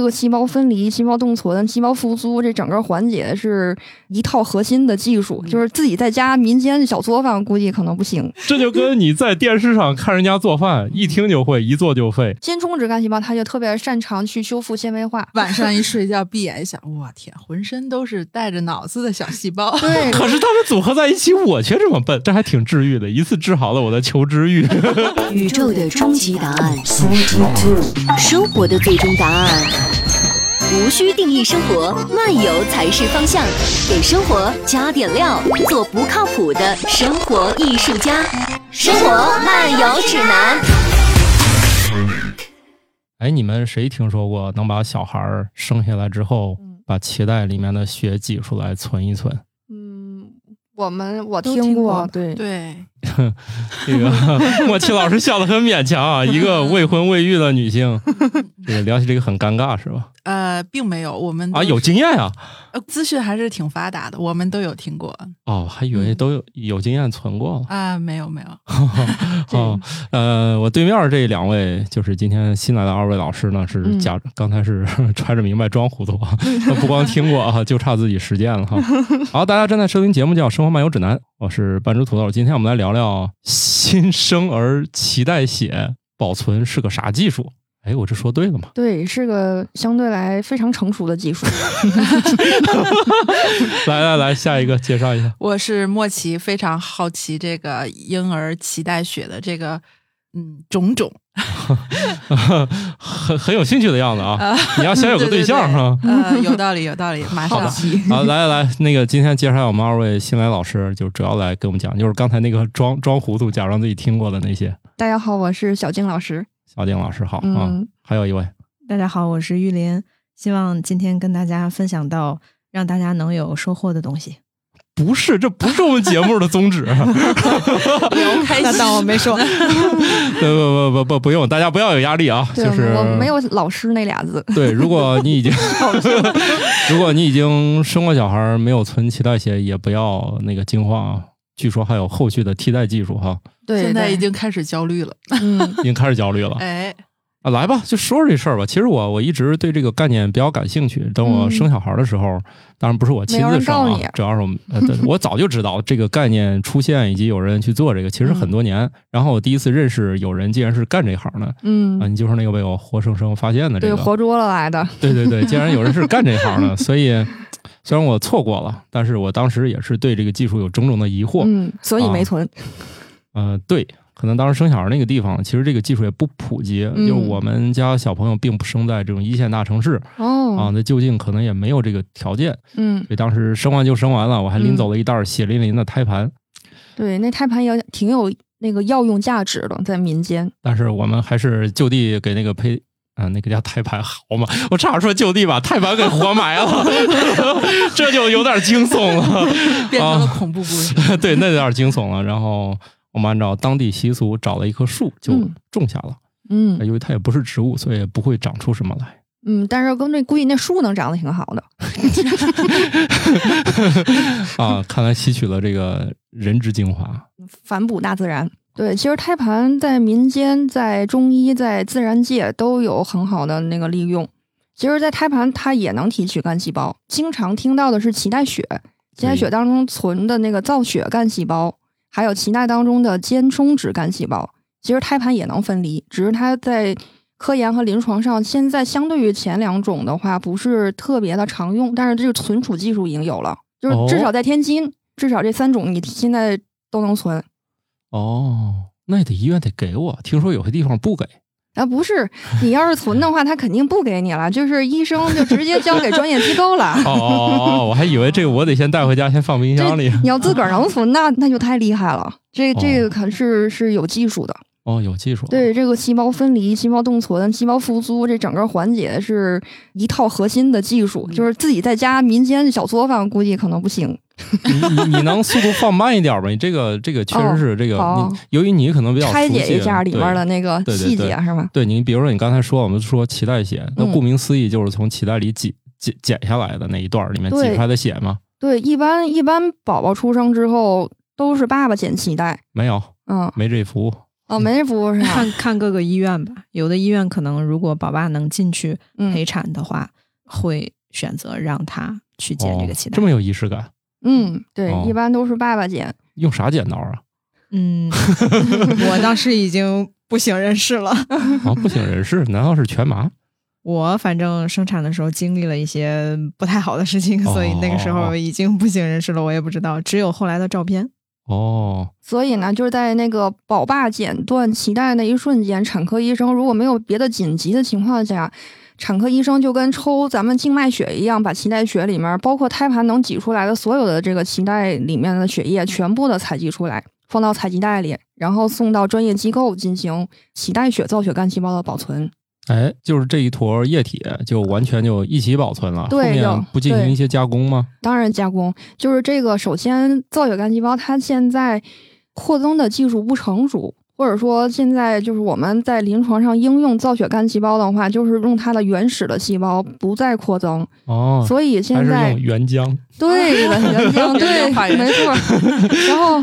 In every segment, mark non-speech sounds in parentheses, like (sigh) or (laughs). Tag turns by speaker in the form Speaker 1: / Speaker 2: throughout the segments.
Speaker 1: 这个细胞分离、细胞冻存、细胞复苏这整个环节是一套核心的技术，
Speaker 2: 嗯
Speaker 1: 就是自己在家民间小做饭估计可能不行。
Speaker 2: 这就跟你在电视上看人家做饭，一听就会，一做就会。
Speaker 1: 间充质干细胞它就特别擅长去修复纤维化，
Speaker 3: (laughs) 晚上一睡觉闭眼一想，我天，浑身都是带着脑子的小细胞。
Speaker 1: (laughs) 对，
Speaker 2: 可是他们组合在一起，我却这么笨，这还挺治愈的，一次治好了我的求知欲。 (laughs)
Speaker 4: 宇宙的终极答案，生活的最终答案。无需定义生活，漫游才是方向。给生活加点料，做不靠谱的生活艺术家。生活漫游指南。
Speaker 2: 哎，你们谁听说过能把小孩儿生下来之后，把脐带里面的血挤出来存一存？ (laughs)
Speaker 1: 嗯，我们我
Speaker 5: 都
Speaker 1: 听
Speaker 5: 听过
Speaker 1: 对，
Speaker 3: 对，
Speaker 2: 这个莫奇老师笑得很勉强啊，一个未婚未育的女性，这个聊起这个很尴尬是吧？
Speaker 3: 呃，并没有，我们
Speaker 2: 啊，
Speaker 3: 都
Speaker 2: 有
Speaker 3: 是
Speaker 2: 经验呀、
Speaker 3: 呃资讯还是挺发达的，我们都有听过
Speaker 2: 哦，还以为都有有经验存过了。
Speaker 3: 啊，没有没有，
Speaker 2: 哦，呃，我对面这两位就是今天新来的二位老师呢，
Speaker 3: 嗯
Speaker 2: 是假、刚才是 (laughs) 揣着明白装糊涂啊，不光听过啊，就差自己实践
Speaker 3: (laughs)
Speaker 2: 了哈。好，大家正在收听节目叫《生活漫游指南》，我是半只土豆。今天我们来聊聊新生儿脐带血保存是个啥技术？哎，我这说对了吗？
Speaker 1: 对，是个相对来非常成熟的 (laughs) 技术。
Speaker 2: 来来来，下一个介绍一下。 (laughs)
Speaker 3: 我是莫奇，非常好奇这个婴儿脐带血的这个嗯种种。
Speaker 2: 很很有兴趣的样子啊！你要先有个
Speaker 3: 对
Speaker 2: 象啊。
Speaker 3: 对
Speaker 2: (laughs)
Speaker 3: 对呃，有道理，有道理，马上。
Speaker 2: 好，来来来，那个今天介绍我们二位新来老师，就主要来给我们讲，就是刚才那个装装糊涂、假装自己听过的那些。
Speaker 1: 大家好，我是小静老师。
Speaker 2: 小丁老师好啊，
Speaker 5: 嗯，
Speaker 2: 还有一位
Speaker 5: 大家好，我是玉林，希望今天跟大家分享到让大家能有收获的东西。
Speaker 2: 不是，这不是我们节目的
Speaker 1: (laughs)
Speaker 2: 宗旨。
Speaker 3: 聊开
Speaker 5: 那当我
Speaker 3: (laughs)
Speaker 5: 没说，
Speaker 2: 不不不不不用，大家不要有压力啊，
Speaker 1: 对，
Speaker 2: 就是
Speaker 1: 我没有老师那俩字。
Speaker 2: (laughs) 对，如果你已经， (laughs) 如果你已经生过小孩儿没有存脐带血，也不要那个惊慌啊。据说还有后续的替代技术哈，
Speaker 1: 对，
Speaker 3: 现在
Speaker 1: 对
Speaker 2: (laughs)
Speaker 3: 已经开始焦虑了。
Speaker 1: 嗯
Speaker 2: 已经开始焦虑了。
Speaker 3: 哎，
Speaker 2: 啊，来吧，就说说这事儿吧。其实我我一直对这个概念比较感兴趣。等我生小孩的时候，当然不是我亲
Speaker 1: 嗯没有
Speaker 2: 自
Speaker 1: 人
Speaker 2: 生
Speaker 1: 告
Speaker 2: 啊
Speaker 1: 你，
Speaker 2: 主要是我们、呃对我早就知道这个概念出现以及有人去做这个，其实
Speaker 1: 嗯
Speaker 2: 很多年。然后我第一次认识有人竟然是干这行的啊，
Speaker 1: 嗯，
Speaker 2: 你就是那个被我活生生发现的这
Speaker 1: 对，
Speaker 2: 个，
Speaker 1: 活捉了来的。
Speaker 2: 对对对，竟然有人是干这行
Speaker 1: (laughs)
Speaker 2: 的，所以虽然我错过了，但是我当时也是对这个技术有种种的疑惑。
Speaker 1: 嗯，所以
Speaker 2: 啊
Speaker 1: 没存。
Speaker 2: 呃，对，可能当时生小孩那个地方，其实这个技术也不普及，
Speaker 1: 嗯
Speaker 2: 就我们家小朋友并不生在这种一线大城市。啊
Speaker 1: 哦，，
Speaker 2: 那就近可能也没有这个条件，
Speaker 1: 嗯，
Speaker 2: 所以当时生完就生完了，我还拎走了一袋血淋淋的胎盘。
Speaker 1: 对，那胎盘也挺有那个药用价值的，在民间。
Speaker 2: 但是我们还是就地给那个胚啊、那个叫胎盘好嘛， (laughs) 我差点说就地把胎盘给活埋了， (laughs) 这就有点惊悚了。 (laughs)
Speaker 3: 变成了
Speaker 2: 啊
Speaker 3: 恐怖故事。
Speaker 2: 对，那有点惊悚了。然后我们按照当地习俗找了一棵树就
Speaker 1: 嗯
Speaker 2: 种下了，
Speaker 1: 嗯
Speaker 2: 因为它也不是植物，所以也不会长出什么来。
Speaker 1: 嗯，但是跟那估计那树能长得挺好的。
Speaker 2: 啊，看来吸取了这个人之精华。
Speaker 1: 反哺大自然。对，其实胎盘在民间、在中医、在自然界都有很好的那个利用。其实，在胎盘它也能提取干细胞，经常听到的是脐带血，脐带血当中存的那个造血干细胞，还有脐带当中的间充质干细胞，其实胎盘也能分离，只是它在科研和临床上现在相对于前两种的话不是特别的常用，但是这个存储技术已经有了，就是至少在天津，至少这三种你现在都能存。
Speaker 2: 哦，那也得医院得给我，听说有些地方不给。
Speaker 1: 啊，不是，你要是存的话，他肯定不给你了，就是医生就直接交给专业机构
Speaker 2: (laughs)
Speaker 1: 了。
Speaker 2: 哦哦哦，我还以为这个我得先带回家，先放冰箱里。
Speaker 1: 你要自个儿能存，那那就太厉害了。这这
Speaker 2: 哦
Speaker 1: 个可是是有技术的，
Speaker 2: 哦，有技术。
Speaker 1: 对，这个细胞分离、细胞冻存、细胞复苏这整个环节是一套核心的技
Speaker 2: 嗯
Speaker 1: 术，就是自己在家民间小做饭估计可能不行。
Speaker 2: 你你你能速度放慢一点吗？你这个这个确实是这个，
Speaker 1: 哦好
Speaker 2: 你由于你可能比较熟
Speaker 1: 拆
Speaker 2: 悉
Speaker 1: 解一下里面的。那个
Speaker 2: 对对
Speaker 1: 细
Speaker 2: 对
Speaker 1: 节是吧？
Speaker 2: 对对你，比如说你刚才说我们说脐带血，那
Speaker 1: 嗯
Speaker 2: 顾名思义就是从脐带里挤挤剪下来的那一段儿里面挤
Speaker 1: 对
Speaker 2: 出来的血吗？
Speaker 1: 对，一般一般宝宝出生之后都是爸爸剪脐带，
Speaker 2: 没有，
Speaker 1: 嗯，
Speaker 2: 没这服务。
Speaker 1: 哦，没服务
Speaker 5: (laughs)
Speaker 1: 上，
Speaker 5: 看看各个医院吧，有的医院可能如果宝爸能进去
Speaker 1: 嗯
Speaker 5: 陪产的话，会选择让他去剪这个脐
Speaker 2: 哦
Speaker 5: 带。
Speaker 2: 这么有仪式感，
Speaker 1: 嗯，对，
Speaker 2: 哦
Speaker 1: 一般都是爸爸剪，
Speaker 2: 用啥剪刀啊？
Speaker 5: 嗯， (laughs) 我当时已经不省人事了。
Speaker 2: 啊，不省人事，难道是全麻？
Speaker 5: 我反正生产的时候经历了一些不太好的事情，
Speaker 2: 哦
Speaker 5: 所以那个时候已经不省人事了。我也不知道，只有后来的照片。
Speaker 2: 哦，
Speaker 1: 所以呢，就是在那个宝爸剪断脐带那一瞬间，产科医生如果没有别的紧急的情况下，产科医生就跟抽咱们静脉血一样，把脐带血里面包括胎盘能挤出来的所有的这个脐带里面的血液全部的采集出来，放到采集袋里，然后送到专业机构进行脐带血造血干细胞的保存。
Speaker 2: 哎，就是这一坨液体就完全就一起保存了，后
Speaker 1: 对有
Speaker 2: 面不进行
Speaker 1: 对
Speaker 2: 一些加工吗？
Speaker 1: 当然，加工就是这个。首先，造血干细胞它现在扩增的技术不成熟，或者说现在就是我们在临床上应用造血干细胞的话，就是用它的原始的细胞不再扩增，
Speaker 2: 哦，
Speaker 1: 所以现
Speaker 2: 还是
Speaker 1: 在
Speaker 2: 用原浆？
Speaker 1: 对的，
Speaker 2: (laughs)
Speaker 1: 原浆对，没错。然后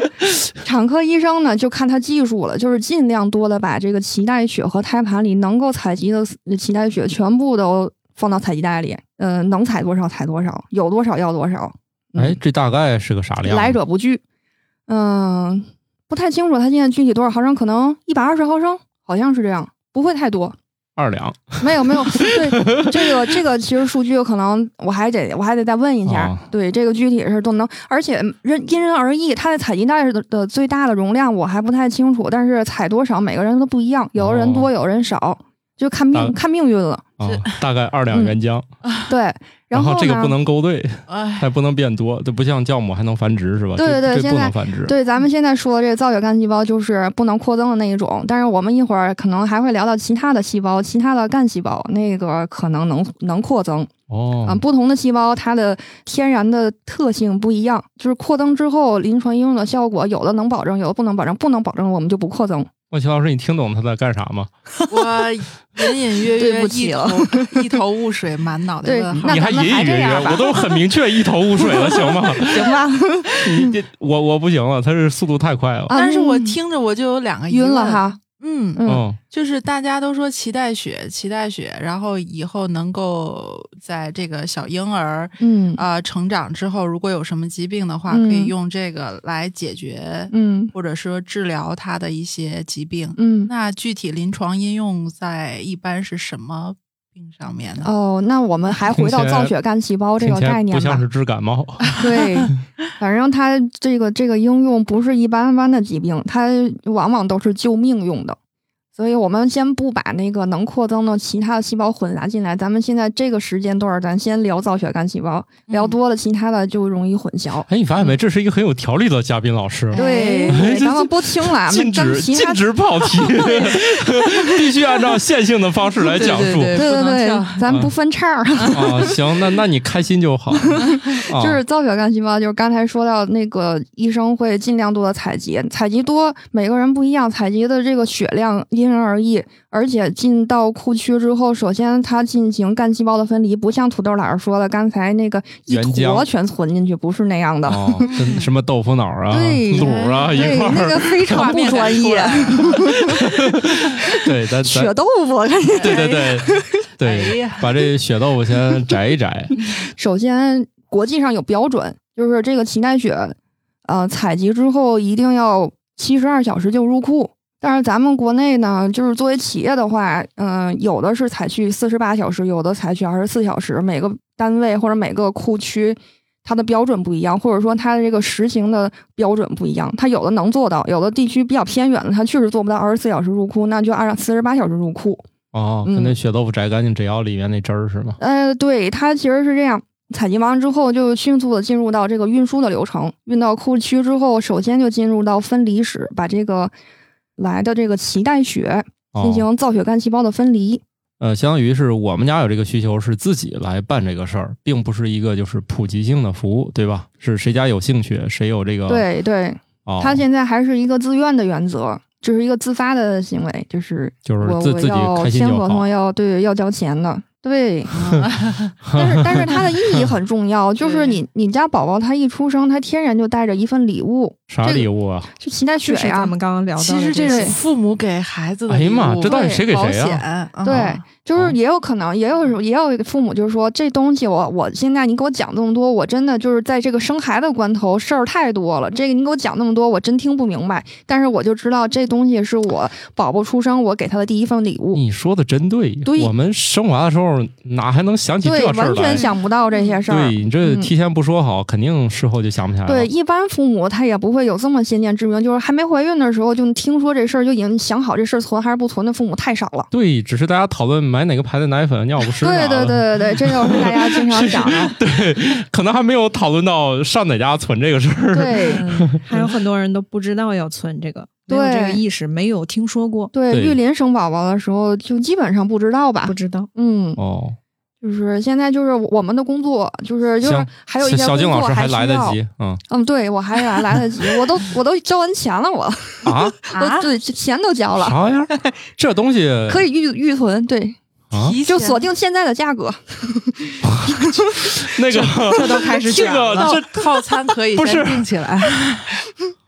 Speaker 1: 产科医生呢，就看他技术了，就是尽量多的把这个脐带血和胎盘里能够采集的呃脐带血全部都放到采集袋里，嗯、能采多少采多少，有多少要多少。嗯
Speaker 2: 哎，这大概是个啥量？啊
Speaker 1: 来者不拒。嗯，不太清楚他现在具体多少毫升，可能一百二十毫升，好像是这样，不会太多。
Speaker 2: 二两
Speaker 1: 没有没 (laughs) 有，对这个这个其实数据可能我还得我还得再问一下。
Speaker 2: 哦
Speaker 1: 对这个具体是都能，而且人因人而异，它的采集袋的的最大的容量我还不太清楚，但是采多少每个人都不一样，有的人多，
Speaker 2: 哦
Speaker 1: 有的人少，就看命、
Speaker 2: 啊
Speaker 1: 看命运了。
Speaker 2: 啊，大概二两原浆。
Speaker 1: 对，
Speaker 2: 然
Speaker 1: 嗯后
Speaker 2: 后
Speaker 1: 呢？
Speaker 2: 这个不能勾兑，
Speaker 3: 哎，
Speaker 2: 还不能变多，这不像酵母还能繁殖是吧？
Speaker 1: 对对对
Speaker 2: 这这
Speaker 1: 现
Speaker 2: 不
Speaker 1: 在
Speaker 2: 能繁殖。
Speaker 1: 对，咱们现在说的这个造血干细胞就是不能扩增的那一种，但是我们一会儿可能还会聊到其他的细胞，其他的干细胞那个可能能能扩增
Speaker 2: 哦
Speaker 1: 啊、，不同的细胞它的天然的特性不一样，就是扩增之后临床应用的效果，有的能保证，有的不能保证，不能保证的我们就不扩增。
Speaker 2: 莫奇老师，你听懂他在干啥吗？
Speaker 3: 我隐隐约
Speaker 5: 对
Speaker 3: 约
Speaker 5: 不
Speaker 3: 一
Speaker 5: 起
Speaker 3: 头 (laughs) 一头雾水，满脑袋
Speaker 1: 哦对
Speaker 3: 问号
Speaker 1: 那。
Speaker 2: 你还
Speaker 1: 咱们
Speaker 2: 隐
Speaker 1: 还
Speaker 2: 隐
Speaker 1: 这
Speaker 2: 约
Speaker 1: 样
Speaker 2: 约，
Speaker 1: 吧
Speaker 2: 我都很明确一头雾水了，行
Speaker 1: (laughs)
Speaker 2: 吗？
Speaker 5: 行吧，
Speaker 2: 你这我我不行了，他是速度太快了。
Speaker 1: 啊
Speaker 3: 但是我
Speaker 1: 嗯
Speaker 3: 听着我就有两个疑
Speaker 1: 晕了
Speaker 3: 问，
Speaker 1: 哈，
Speaker 3: 嗯，
Speaker 1: 嗯
Speaker 2: 嗯，
Speaker 3: 就是大家都说脐带血，脐带血，然后以后能够在这个小婴儿
Speaker 1: 嗯
Speaker 3: 啊、呃成长之后，如果有什么疾病的话，
Speaker 1: 嗯
Speaker 3: 可以用这个来解决，
Speaker 1: 嗯
Speaker 3: 或者说治疗他的一些疾病。
Speaker 1: 嗯。
Speaker 3: 那具体临床应用在一般是什么病上面呢？
Speaker 1: 哦，那我们还回到
Speaker 2: 听起来
Speaker 1: 造血干细胞这
Speaker 2: 听
Speaker 1: 个
Speaker 2: 起来
Speaker 1: 概念
Speaker 2: 不
Speaker 1: 吧。
Speaker 2: 像是治感冒。
Speaker 1: 对，反正它这个这个应用不是一般般的疾病，它往往都是救命用的。所以我们先不把那个能扩增的其他的细胞混杂进来，咱们现在这个时间段儿，咱先聊造血干细胞，聊
Speaker 3: 嗯
Speaker 1: 多了其他的就容易混淆。
Speaker 2: 哎，你发现没？这是一个很有条理的嘉宾
Speaker 1: (laughs)
Speaker 2: 老师。
Speaker 1: 对，
Speaker 2: 哎
Speaker 1: 对
Speaker 2: 这
Speaker 1: 咱们
Speaker 2: 这
Speaker 1: 不清了，
Speaker 2: 禁
Speaker 1: 咱们
Speaker 2: 止
Speaker 1: 其
Speaker 2: 禁
Speaker 1: 他
Speaker 2: 止跑
Speaker 1: (laughs)
Speaker 2: 题，必须按照线性的方式来讲述 (laughs)
Speaker 1: 对 (laughs) 对对，咱们不分叉儿。
Speaker 2: 啊。行，那那你开心就
Speaker 1: (laughs)
Speaker 2: 好。啊
Speaker 1: 就是造血干细胞，就是刚才说到那个医生会尽量多的采集，采集多每个人不一样，采集的这个血量因人而异，而且进到库区之后，首先它进行干细胞的分离，不像土豆老师说的刚才那个一
Speaker 2: 原
Speaker 1: 坨
Speaker 2: 浆
Speaker 1: 全存进去，不是那样的。
Speaker 2: 哦，跟什么豆腐脑啊、
Speaker 1: 对
Speaker 2: 卤啊一
Speaker 1: 对
Speaker 2: 块，
Speaker 1: 那个
Speaker 2: 儿，
Speaker 1: 非常不专业， (laughs)
Speaker 2: 对，咱咱
Speaker 1: 血豆腐。感觉
Speaker 2: 对对对
Speaker 3: 哎
Speaker 2: 对
Speaker 3: 呀，
Speaker 2: 把这血豆腐先摘
Speaker 1: (laughs)
Speaker 2: 一摘。
Speaker 1: 首先，国际上有标准，就是这个脐带血，呃，采集之后一定要七十二小时就入库。但是咱们国内呢，就是作为企业的话，嗯、有的是采取四十八小时，有的采取二十四小时，每个单位或者每个库区，它的标准不一样，或者说它的这个实行的标准不一样。它有的能做到，有的地区比较偏远的，它确实做不到二十四小时入库，那就按照四十八小时入库。
Speaker 2: 哦，
Speaker 1: 嗯
Speaker 2: 跟那血豆腐摘干净，只要里面那汁儿是吗？
Speaker 1: 呃，对，它其实是这样，采集完之后就迅速的进入到这个运输的流程，运到库区之后，首先就进入到分离室，把这个来的这个脐带血进
Speaker 2: 哦，
Speaker 1: 行造血干细胞的分离。
Speaker 2: 呃，相当于是我们家有这个需求，是自己来办这个事儿，并不是一个就是普及性的服务，对吧？是谁家有兴趣，谁有这个
Speaker 1: 对对，
Speaker 2: 哦，
Speaker 1: 它现在还是一个自愿的原则。这是一个自发的行为，就是
Speaker 2: 就是
Speaker 1: 我
Speaker 2: 自
Speaker 1: 我
Speaker 2: 自己
Speaker 1: 要
Speaker 2: 开心
Speaker 1: 签
Speaker 2: 就
Speaker 1: 合
Speaker 2: 好
Speaker 1: 同，要对要交钱的，
Speaker 2: (laughs)
Speaker 1: 对。但是但
Speaker 5: (laughs)
Speaker 1: 是它的意义很重要，就是
Speaker 3: 对
Speaker 1: 你你家宝宝他一出生，他天然就带着一份礼物，
Speaker 2: 啥礼物啊？
Speaker 1: 就脐带血
Speaker 5: 就是
Speaker 1: 呀、
Speaker 5: 咱们刚刚聊到的
Speaker 3: 其实这
Speaker 5: 些
Speaker 3: 是父母给孩子的
Speaker 2: 哎呀妈
Speaker 3: 礼物
Speaker 2: 这到底谁给
Speaker 3: 保
Speaker 2: 谁啊
Speaker 3: 险嗯
Speaker 1: 对，
Speaker 2: 哦
Speaker 1: 就是也有可能，也有也有父母就是说，这东西我我现在你给我讲这么多，我真的就是在这个生孩子关头事儿太多了，这个你给我讲那么多，我真听不明白。但是我就知道这东西是我宝宝出生我给他的第一份礼物，
Speaker 2: 你说的真对，
Speaker 1: 对
Speaker 2: 我们生娃的时候哪还能想起
Speaker 1: 对，
Speaker 2: 这事儿
Speaker 1: 完
Speaker 2: 来
Speaker 1: 全？想不到这些事儿
Speaker 2: 对。你这
Speaker 1: 嗯
Speaker 2: 提前不说好，肯定事后就想不起来了。
Speaker 1: 对，一般父母他也不会有这么先见之明，就是还没怀孕的时候就听说这事儿就已经想好这事儿存还是不存的父母太少了。
Speaker 2: 对，只是大家讨论买哪个牌子奶粉、尿不湿啥
Speaker 1: 对
Speaker 2: 的，
Speaker 1: 对对对对，这就是大家经常讲的。
Speaker 2: 可能还没有讨论到上哪家存这个事儿。
Speaker 1: 对，
Speaker 5: (laughs) 还有很多人都不知道要存这个，没有这个
Speaker 1: 对
Speaker 5: 意识，没有听说过，
Speaker 1: 对，
Speaker 2: 对
Speaker 1: 玉林生宝宝的时候就基本上不知道吧
Speaker 5: 不？知道。
Speaker 1: 嗯，
Speaker 2: 哦，
Speaker 1: 就是现在就是我们的工作，就是就是
Speaker 2: 行
Speaker 1: 还有一些
Speaker 2: 小
Speaker 1: 工
Speaker 2: 静
Speaker 1: 作
Speaker 2: 老师
Speaker 1: 还需
Speaker 2: 来得
Speaker 1: 要。
Speaker 2: 及，嗯
Speaker 1: (laughs) 嗯，对我还来来得
Speaker 2: (laughs)
Speaker 1: 及，我都我都交完钱了，我
Speaker 2: 啊，
Speaker 1: 我对钱都交了，
Speaker 2: 啥玩意儿？这东西
Speaker 1: 可以预预存，对，
Speaker 2: 啊，
Speaker 3: 提
Speaker 1: 就
Speaker 3: 前
Speaker 1: 锁定现在的价格。 (laughs)
Speaker 2: 那个
Speaker 5: 这都开始
Speaker 2: 这
Speaker 5: 讲
Speaker 2: 个
Speaker 5: 了，
Speaker 2: 这
Speaker 3: 套餐可以
Speaker 2: 不
Speaker 3: 先
Speaker 2: 是
Speaker 3: 定起来，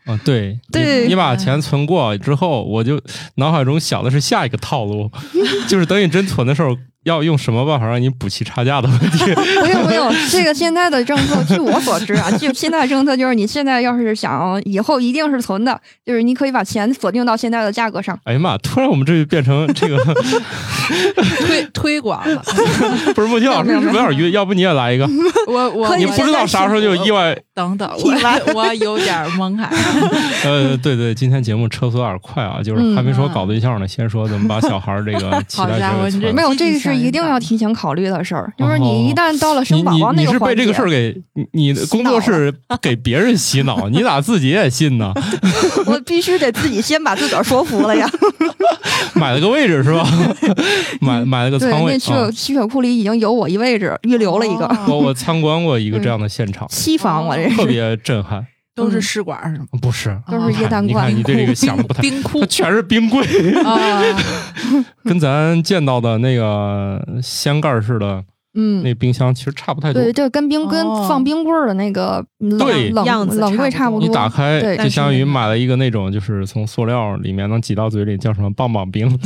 Speaker 2: 啊，对你
Speaker 1: 对
Speaker 2: 你把钱存过之后，我就脑海中想的是下一个套路，就是等你真存的时候，要用什么办法让你补齐差价的问题。 (laughs)
Speaker 1: 不用不用，这个现在的政策，据我所知啊，就现在的政策就是你现在要是想以后一定是存的，就是你可以把钱锁定到现在的价格上。
Speaker 2: 哎呀妈！突然我们这就变成这个，
Speaker 3: (laughs) 推推广了。
Speaker 2: 不是莫青老师
Speaker 1: 没有
Speaker 2: 是不是有点晕？要不你也来一个？
Speaker 3: 我我
Speaker 1: 可以
Speaker 2: 你
Speaker 1: 我
Speaker 2: 不知道啥时候就意外。
Speaker 3: 等等，我我有点懵还。
Speaker 2: 呃，对对，今天节目车速有点快啊，就是还没说
Speaker 3: 嗯
Speaker 2: 搞对象呢，先说怎么把小孩儿这个脐带
Speaker 3: 家伙
Speaker 2: 血
Speaker 3: 你这
Speaker 2: 存
Speaker 1: 没
Speaker 2: 了。
Speaker 1: 有，这个是一定要提前考虑的事儿，就是你一旦到了
Speaker 2: 你
Speaker 1: 生宝
Speaker 2: 你
Speaker 1: 宝那
Speaker 2: 哦你
Speaker 1: 个
Speaker 2: 是
Speaker 1: 环
Speaker 2: 被
Speaker 1: 节，
Speaker 2: 这个事儿给你你的工作室给别人洗脑，你咋自己也信呢？
Speaker 1: (laughs) 我必须得自己先把自个儿说服了 (laughs) 呀。
Speaker 2: (laughs) 买了个位置是吧？买买了个
Speaker 1: 对
Speaker 2: 仓，位
Speaker 1: 那
Speaker 2: 啊
Speaker 1: 血吸血库里已经有我一位置，预留了一 (laughs) 个
Speaker 3: 哦
Speaker 2: 我我参观过一个这样的现场，
Speaker 1: 七房，我这
Speaker 2: 特别震撼。
Speaker 3: 都是试管是吗？
Speaker 2: 不是，
Speaker 1: 嗯都是
Speaker 2: 你
Speaker 1: 椰
Speaker 2: 看
Speaker 1: 蛋
Speaker 2: 你
Speaker 1: 罐
Speaker 2: 哎看你对这个想的不太， (laughs)
Speaker 3: 冰库
Speaker 2: 它全是冰柜，
Speaker 3: 啊，
Speaker 2: 跟咱见到的那个掀盖式的
Speaker 1: 嗯。
Speaker 2: 那冰箱其实差不太多
Speaker 1: 对，。这跟冰跟
Speaker 3: 哦
Speaker 1: 放冰棍儿的那个
Speaker 2: 对
Speaker 1: 冷
Speaker 5: 样
Speaker 1: 冷
Speaker 5: 子
Speaker 1: 冷柜
Speaker 5: 差
Speaker 1: 差
Speaker 5: 不
Speaker 1: 不多。
Speaker 5: 多
Speaker 2: 你打开
Speaker 1: 对
Speaker 2: 就相当于买了一个那种，就是从塑料里面能挤到嘴里，叫什么棒棒冰。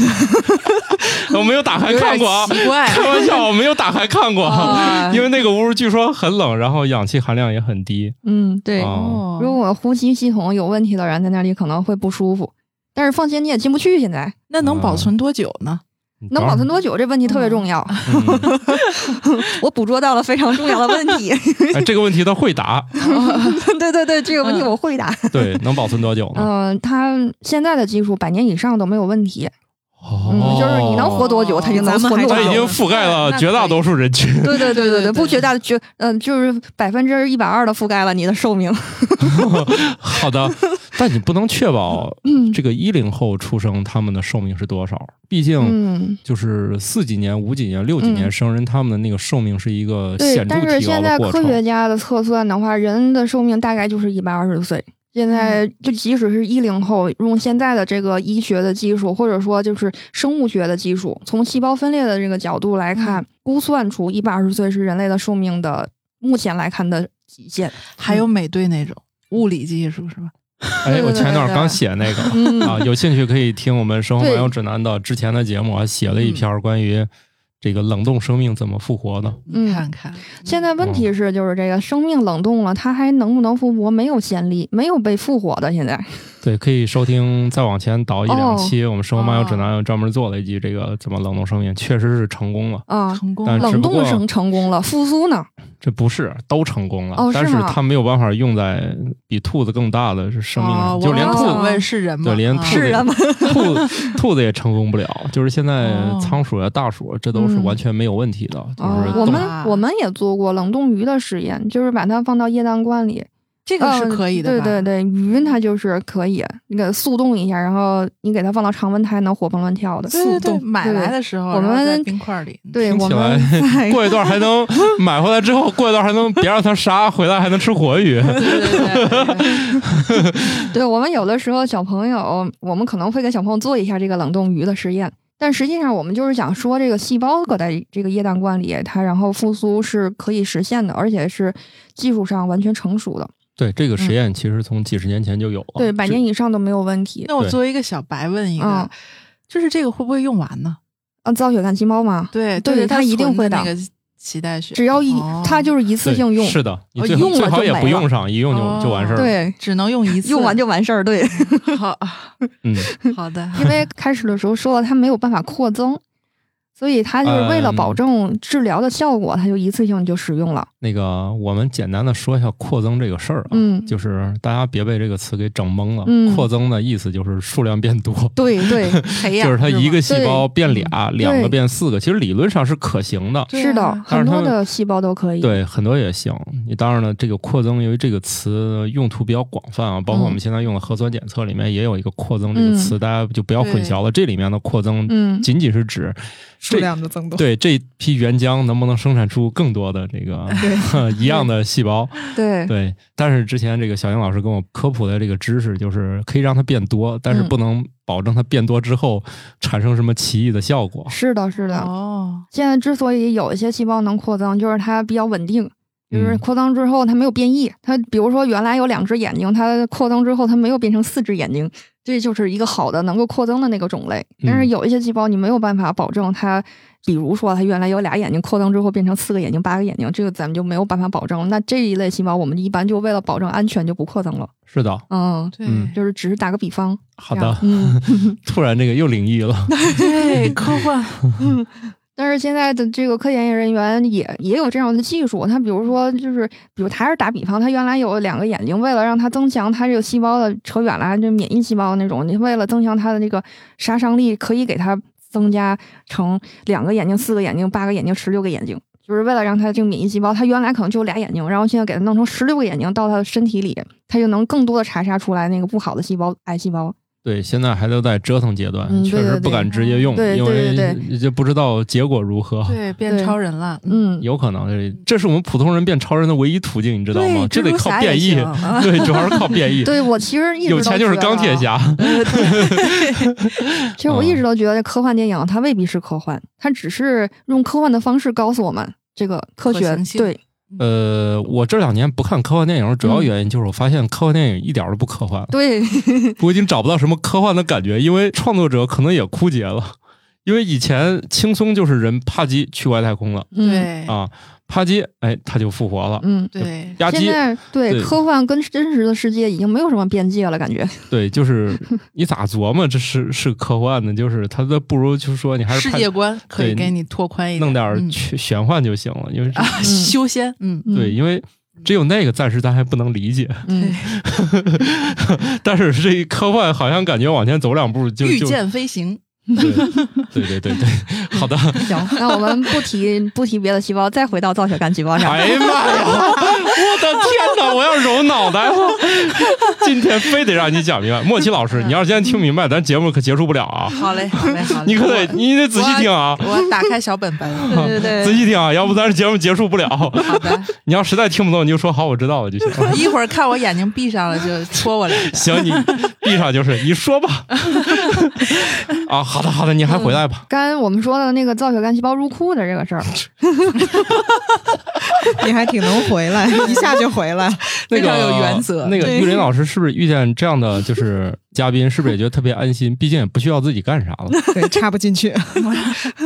Speaker 2: 我没有打开
Speaker 3: 有
Speaker 2: 看
Speaker 3: 点
Speaker 2: 过啊，
Speaker 3: 奇怪
Speaker 2: 开玩笑，我没有打开看过啊，
Speaker 3: 啊
Speaker 2: 因为那个屋据说很冷，然后氧气含量也很低。
Speaker 1: 嗯，对。
Speaker 2: (laughs) 哦，
Speaker 1: 如
Speaker 3: 哦，
Speaker 1: 果呼吸系统有问题的人在那里可能会不舒服，但是放心，你也进不去。现在
Speaker 3: 那能保存多久呢？
Speaker 1: 能保存多久这问题特别重要， (laughs) 嗯我捕捉到了非常重要的问题。 (laughs)
Speaker 2: 嗯？哎，这个问题他会答，
Speaker 1: 对对对，这个问题我会答。
Speaker 2: 对，能保存多久呢？
Speaker 1: 嗯，它现在的技术百年以上都没有问题，嗯，
Speaker 2: 哦，
Speaker 1: 就是你能活多久，它就能活多
Speaker 5: 咱
Speaker 2: 它
Speaker 5: 们
Speaker 2: 已经
Speaker 5: 还
Speaker 1: 久。
Speaker 2: 覆盖
Speaker 3: 那
Speaker 2: 了
Speaker 3: 那
Speaker 2: 绝大多数
Speaker 1: (laughs)
Speaker 2: 人群。
Speaker 1: 对对对对
Speaker 3: 对对
Speaker 1: 对，不绝大绝，嗯，就是百分之一百二的覆盖了你的寿命。
Speaker 2: 好的，但你不能确保
Speaker 1: 嗯
Speaker 2: 这个一零后出生他们的寿命是多少，毕
Speaker 1: (laughs)
Speaker 2: 竟
Speaker 1: 嗯，
Speaker 2: 就是四几年、五几年、六几年
Speaker 1: 嗯
Speaker 2: 生人，他们的那个寿命是一个
Speaker 1: 对
Speaker 2: 显，著
Speaker 1: 但是
Speaker 2: 提高
Speaker 1: 现
Speaker 2: 的
Speaker 1: 在
Speaker 2: 过
Speaker 1: 科
Speaker 2: 程。
Speaker 1: 学家的测算的话，人的寿命大概就是一百二十岁。现在就即使是一零后，用现在的这个医学的技术，或者说就是生物学的技术，从细胞分裂的这个角度来看，估算出一百二十岁是人类的寿命的目前来看的极限。
Speaker 3: 还有美队那种物理技术是吧？
Speaker 2: 哎，
Speaker 1: 对
Speaker 2: 我
Speaker 1: 对
Speaker 2: 前一段
Speaker 1: 对
Speaker 2: 刚写那个。
Speaker 1: 嗯，
Speaker 2: 啊，有兴趣可以听我们《生活
Speaker 1: 对
Speaker 2: 漫游指南》的之前的节目，还写了一篇关于这个冷冻生命怎么复活的。
Speaker 1: 嗯
Speaker 3: 你看看，
Speaker 1: 现在问题是就是这个生命冷冻了，它还能不能复活？没有先例，没有被复活的。现在
Speaker 2: 对，可以收听再往前倒一两
Speaker 1: 哦
Speaker 2: 期，我们《生活漫游指南》有专门做了一集这个怎么冷冻生命，确实是成功了。
Speaker 1: 啊，
Speaker 3: 成功
Speaker 2: 但
Speaker 3: 了
Speaker 2: 只
Speaker 1: 冷
Speaker 2: 不过
Speaker 1: 冻成成功了，复苏呢？
Speaker 2: 这不是都成功了，
Speaker 1: 哦是
Speaker 2: 但是
Speaker 1: 吗
Speaker 2: 它没有办法用在比兔子更大的是生命上，
Speaker 3: 哦
Speaker 2: 就连
Speaker 3: 我
Speaker 2: 兔
Speaker 3: 刚想
Speaker 2: 子。
Speaker 3: 问是人吗？
Speaker 2: 对，连
Speaker 3: 啊
Speaker 2: 兔子、 (laughs) 兔子兔子也成功不了。就是现在
Speaker 3: 哦
Speaker 2: 仓鼠呀、大鼠，啊这都是完全没有问题的。
Speaker 1: 哦
Speaker 2: 就是，
Speaker 1: 我
Speaker 2: 动
Speaker 1: 们
Speaker 3: 啊
Speaker 1: 我们也做过冷冻鱼的实验，就是把它放到液氮罐里，
Speaker 3: 这
Speaker 1: 这
Speaker 3: 个是可以的吧？
Speaker 1: 对对对，鱼它就是可以，你给它速冻一下，然后你给它放到常温，它还能活蹦乱跳的。
Speaker 3: 速冻买来的时候，
Speaker 1: 嗯我
Speaker 3: 然后
Speaker 1: 们
Speaker 3: 在冰块里，
Speaker 1: 对
Speaker 2: 听
Speaker 1: 我
Speaker 2: 起来
Speaker 1: 们
Speaker 2: 过一段 (laughs) 还能买回来之后，过一段还能别让它杀，回来还能吃活鱼。
Speaker 3: 对对对对对，
Speaker 1: 对我们有的时候小朋友，我们可能会给小朋友做一下这个冷冻鱼的实验，但实际上我们就是想说，这个细胞搁在这个液氮罐里，它然后复苏是可以实现的，而且是技术上完全成熟的。
Speaker 2: (laughs) 对这个实验，其实从几十嗯年哦前就有了，
Speaker 1: 对，百年以上都没有问题。
Speaker 3: 那我
Speaker 2: 对
Speaker 3: 作为一个小白问一
Speaker 1: 嗯
Speaker 3: 个，就是这个会不会用完呢？
Speaker 1: 啊，造血干细胞嘛，
Speaker 3: 对
Speaker 1: 对
Speaker 3: 就是
Speaker 1: 它
Speaker 3: 它
Speaker 1: 一定
Speaker 3: 存
Speaker 1: 会
Speaker 3: 的那
Speaker 1: 的
Speaker 3: 个脐带血，
Speaker 1: 只要一
Speaker 3: 哦
Speaker 1: 它就是一次
Speaker 2: 对
Speaker 1: 性用，
Speaker 2: 是的，你
Speaker 1: 呃
Speaker 2: 最好
Speaker 1: 用了
Speaker 2: 最好
Speaker 1: 就
Speaker 2: 也
Speaker 1: 没
Speaker 2: 不
Speaker 1: 了哦
Speaker 2: 用上，一用就就完事儿了。
Speaker 1: 对，
Speaker 3: 只能用一次，
Speaker 1: (laughs) 用完就完事儿。
Speaker 3: 哦
Speaker 1: 对，
Speaker 3: 好。
Speaker 2: 嗯，
Speaker 3: 好的，
Speaker 1: (laughs) 因为开始的时候说了它没有办法扩增，所以它就是为了
Speaker 2: 嗯
Speaker 1: 保证治疗的效果，它就一次性就使用了。
Speaker 2: 那个我们简单的说一下扩增这个事儿啊，
Speaker 1: 嗯
Speaker 2: 就是大家别被这个词给整懵了。
Speaker 1: 嗯
Speaker 2: 扩增的意思就是数量变多，
Speaker 1: 对
Speaker 3: (laughs)
Speaker 1: 对，
Speaker 3: 培养
Speaker 2: 就是它一个细
Speaker 1: 对嗯
Speaker 2: 胞变俩，两个
Speaker 1: 对
Speaker 2: 变四个，其实理论上是可行的。
Speaker 3: 对
Speaker 1: (laughs)
Speaker 3: 啊
Speaker 1: 是的，
Speaker 2: 但
Speaker 1: 很
Speaker 2: 是
Speaker 1: 多
Speaker 2: 它们
Speaker 1: 的细胞都可以。
Speaker 2: 对，很多也行。你当然了，这个扩增由于这个词用途比较广泛啊，包括我
Speaker 1: 嗯
Speaker 2: 们现在用的核酸检测里面也有一个扩增这个词，大家就不要混淆了。这里面的扩增
Speaker 1: 嗯
Speaker 2: 仅仅是指
Speaker 5: 数
Speaker 2: 这
Speaker 5: 量
Speaker 1: (laughs)
Speaker 5: 的增多。
Speaker 2: (laughs) 对这批原浆能不能生产出更多的这个 (laughs) 一样的细
Speaker 1: (laughs)
Speaker 2: 胞。
Speaker 1: 对
Speaker 2: 对，但是之前这个小英老师跟我科普的这个知识，就是可以让它变多，但是
Speaker 1: 嗯
Speaker 2: 不能保证它变多之后产生什么奇异的效果。
Speaker 1: 是的，是的。
Speaker 3: 哦，
Speaker 1: 现在之所以有一些细胞能扩增，就是它比较稳定，就是
Speaker 2: 嗯
Speaker 1: 扩增之后它没有变异。它比如说原来有两只眼睛，它扩增之后它没有变成四只眼睛，这就是一个好的能够扩增的那个种类。但是
Speaker 2: 嗯
Speaker 1: 有一些细胞你没有办法保证它，比如说它原来有俩眼睛，扩增之后变成四个眼睛、八个眼睛，这个咱们就没有办法保证。那这一类细胞我们一般就为了保证安全就不扩增了。
Speaker 2: 是的，
Speaker 1: 嗯，
Speaker 3: 对，
Speaker 2: 嗯
Speaker 1: 就是只是打个比方。
Speaker 2: 好
Speaker 1: 这
Speaker 2: 的
Speaker 1: 样，嗯。
Speaker 2: (laughs) 突然这个又领域
Speaker 1: (laughs)
Speaker 2: 了。
Speaker 3: 对，
Speaker 2: (laughs)
Speaker 3: 科幻，
Speaker 1: 但是现在的这个科研人员也也有这样的技术，他比如说就是，比如还是打比方，他原来有两个眼睛，为了让它增强它这个细胞的扯远了，就免疫细胞那种，你为了增强它的那个杀伤力，可以给它增加成两个眼睛、四个眼睛、八个眼睛、十六个眼睛，就是为了让它这个免疫细胞，它原来可能就俩眼睛，然后现在给它弄成十六个眼睛到它的身体里，它就能更多的查杀出来那个不好的细胞、癌细胞。
Speaker 2: 对，现在还都在折腾阶段，
Speaker 1: 嗯对
Speaker 2: 确实
Speaker 1: 对
Speaker 2: 不
Speaker 1: 对
Speaker 2: 敢直接用，
Speaker 1: 对
Speaker 2: 因
Speaker 1: 对对
Speaker 2: 为就不知道结果如何。
Speaker 3: 对，变
Speaker 1: 对
Speaker 3: 超人了，嗯
Speaker 1: 嗯，
Speaker 2: 有可能，这这是我们普通人变超人的唯一途径，你知道吗？这
Speaker 3: (laughs) 对，
Speaker 2: 得
Speaker 3: 蜘蛛
Speaker 2: 靠
Speaker 3: 侠
Speaker 2: 变
Speaker 3: 也
Speaker 2: 异
Speaker 3: 行，啊
Speaker 2: (laughs) 对，主要是靠变异。
Speaker 1: (laughs) 对我其实一直
Speaker 2: 有
Speaker 1: 都
Speaker 2: 钱就是
Speaker 1: 觉
Speaker 2: 钢
Speaker 1: 得
Speaker 2: 铁
Speaker 1: 啊
Speaker 2: 侠。
Speaker 1: 其实我一直
Speaker 2: 嗯
Speaker 1: 都觉得科幻电影它未必是科幻，它只是用科幻的方式告诉我们这个科
Speaker 3: 可
Speaker 1: 学
Speaker 3: 行性
Speaker 1: 对
Speaker 2: (laughs) 呃，我这两年不看科幻电影，主
Speaker 1: 嗯
Speaker 2: 要原因就是我发现科幻电影一点儿都不科幻了，
Speaker 1: 对
Speaker 3: 嗯
Speaker 2: 我已经找不到什么科幻的感觉，因为创作者可能也枯竭了。因为以前轻松就是人啪叽去外太空了
Speaker 1: 嗯
Speaker 3: 对
Speaker 2: 啊，啪叽，哎，他就复活了。
Speaker 1: 嗯。
Speaker 3: 对，
Speaker 2: 吧
Speaker 1: 现
Speaker 2: 唧，
Speaker 1: 在对
Speaker 2: 对
Speaker 1: 科幻跟真实的世界已经没有什么边界了，感觉
Speaker 2: 对，就是
Speaker 1: (laughs)
Speaker 2: 你咋琢磨这是是科幻呢？就是他都不如就是说你还是
Speaker 3: 世
Speaker 2: 拍
Speaker 3: 界观可
Speaker 2: 对
Speaker 3: 以给你拓宽一点，
Speaker 2: 弄点儿
Speaker 3: 嗯
Speaker 2: 玄玄幻就行了，因为这
Speaker 3: 啊，修仙，嗯，
Speaker 2: 对，因为只有那个暂时咱还不能理解，
Speaker 1: 嗯，
Speaker 2: (laughs) 但是这一科幻好像感觉往前走两步就
Speaker 3: 御
Speaker 2: 就
Speaker 3: 剑飞行，
Speaker 2: 对对对对对，好的。
Speaker 1: 行，那我们不提不提别的细胞，再回到造血干细胞上。
Speaker 2: 哎呀妈呀！我的天哪！我要揉脑袋了。今天非得让你讲明白，莫奇老师，你要是今天听明白，咱节目可结束不了啊！
Speaker 3: (laughs) 好嘞，好嘞，好嘞，
Speaker 2: 你可得你得仔细听啊，
Speaker 3: 我，嗯我打开小本 (laughs) 本，
Speaker 5: 对对
Speaker 2: 仔细听啊，要不咱这节目结束不了。
Speaker 3: 好的，
Speaker 2: (laughs) 你要实在听不懂，你就说好，我知道了就行。
Speaker 3: 一会儿看我眼睛闭上了就戳我两下，
Speaker 2: 行，你闭上就是，你说吧。 (laughs) 啊，好的好的，你还回来吧。
Speaker 1: 刚才我们说的那个造血干细胞入库的这个事儿，
Speaker 5: (laughs) 你还挺能回 (laughs) 来，一下就回来。
Speaker 2: 那
Speaker 3: 非
Speaker 2: 个
Speaker 3: 常有原则
Speaker 2: 那个
Speaker 5: 对
Speaker 2: 玉林老师是不是遇见这样的就是 (laughs) 嘉宾，是不是也觉得特别安心？毕竟也不需要自己干啥
Speaker 1: (laughs)
Speaker 2: 了。
Speaker 5: 对，插不进去。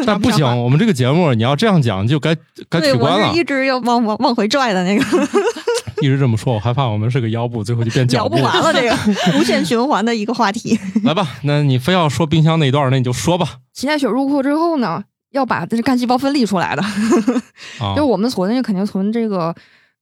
Speaker 2: 但不行，我们这个节目你要这样讲，就该该
Speaker 1: 对
Speaker 2: 取
Speaker 1: 我
Speaker 2: 关了
Speaker 1: 是。一直要往往往回拽的那个，
Speaker 2: 一直这么说，我害怕我们是个腰部，最后就变脚
Speaker 1: 聊
Speaker 2: 部。
Speaker 1: 不完了这个无限循环的一个话题。
Speaker 2: (laughs) 来吧，那你非要说冰箱那一段，那你就说吧。
Speaker 1: 脐带血入库之后呢，要把这干细胞分离出来的，
Speaker 2: 啊
Speaker 1: 就是，我们存就肯定存这个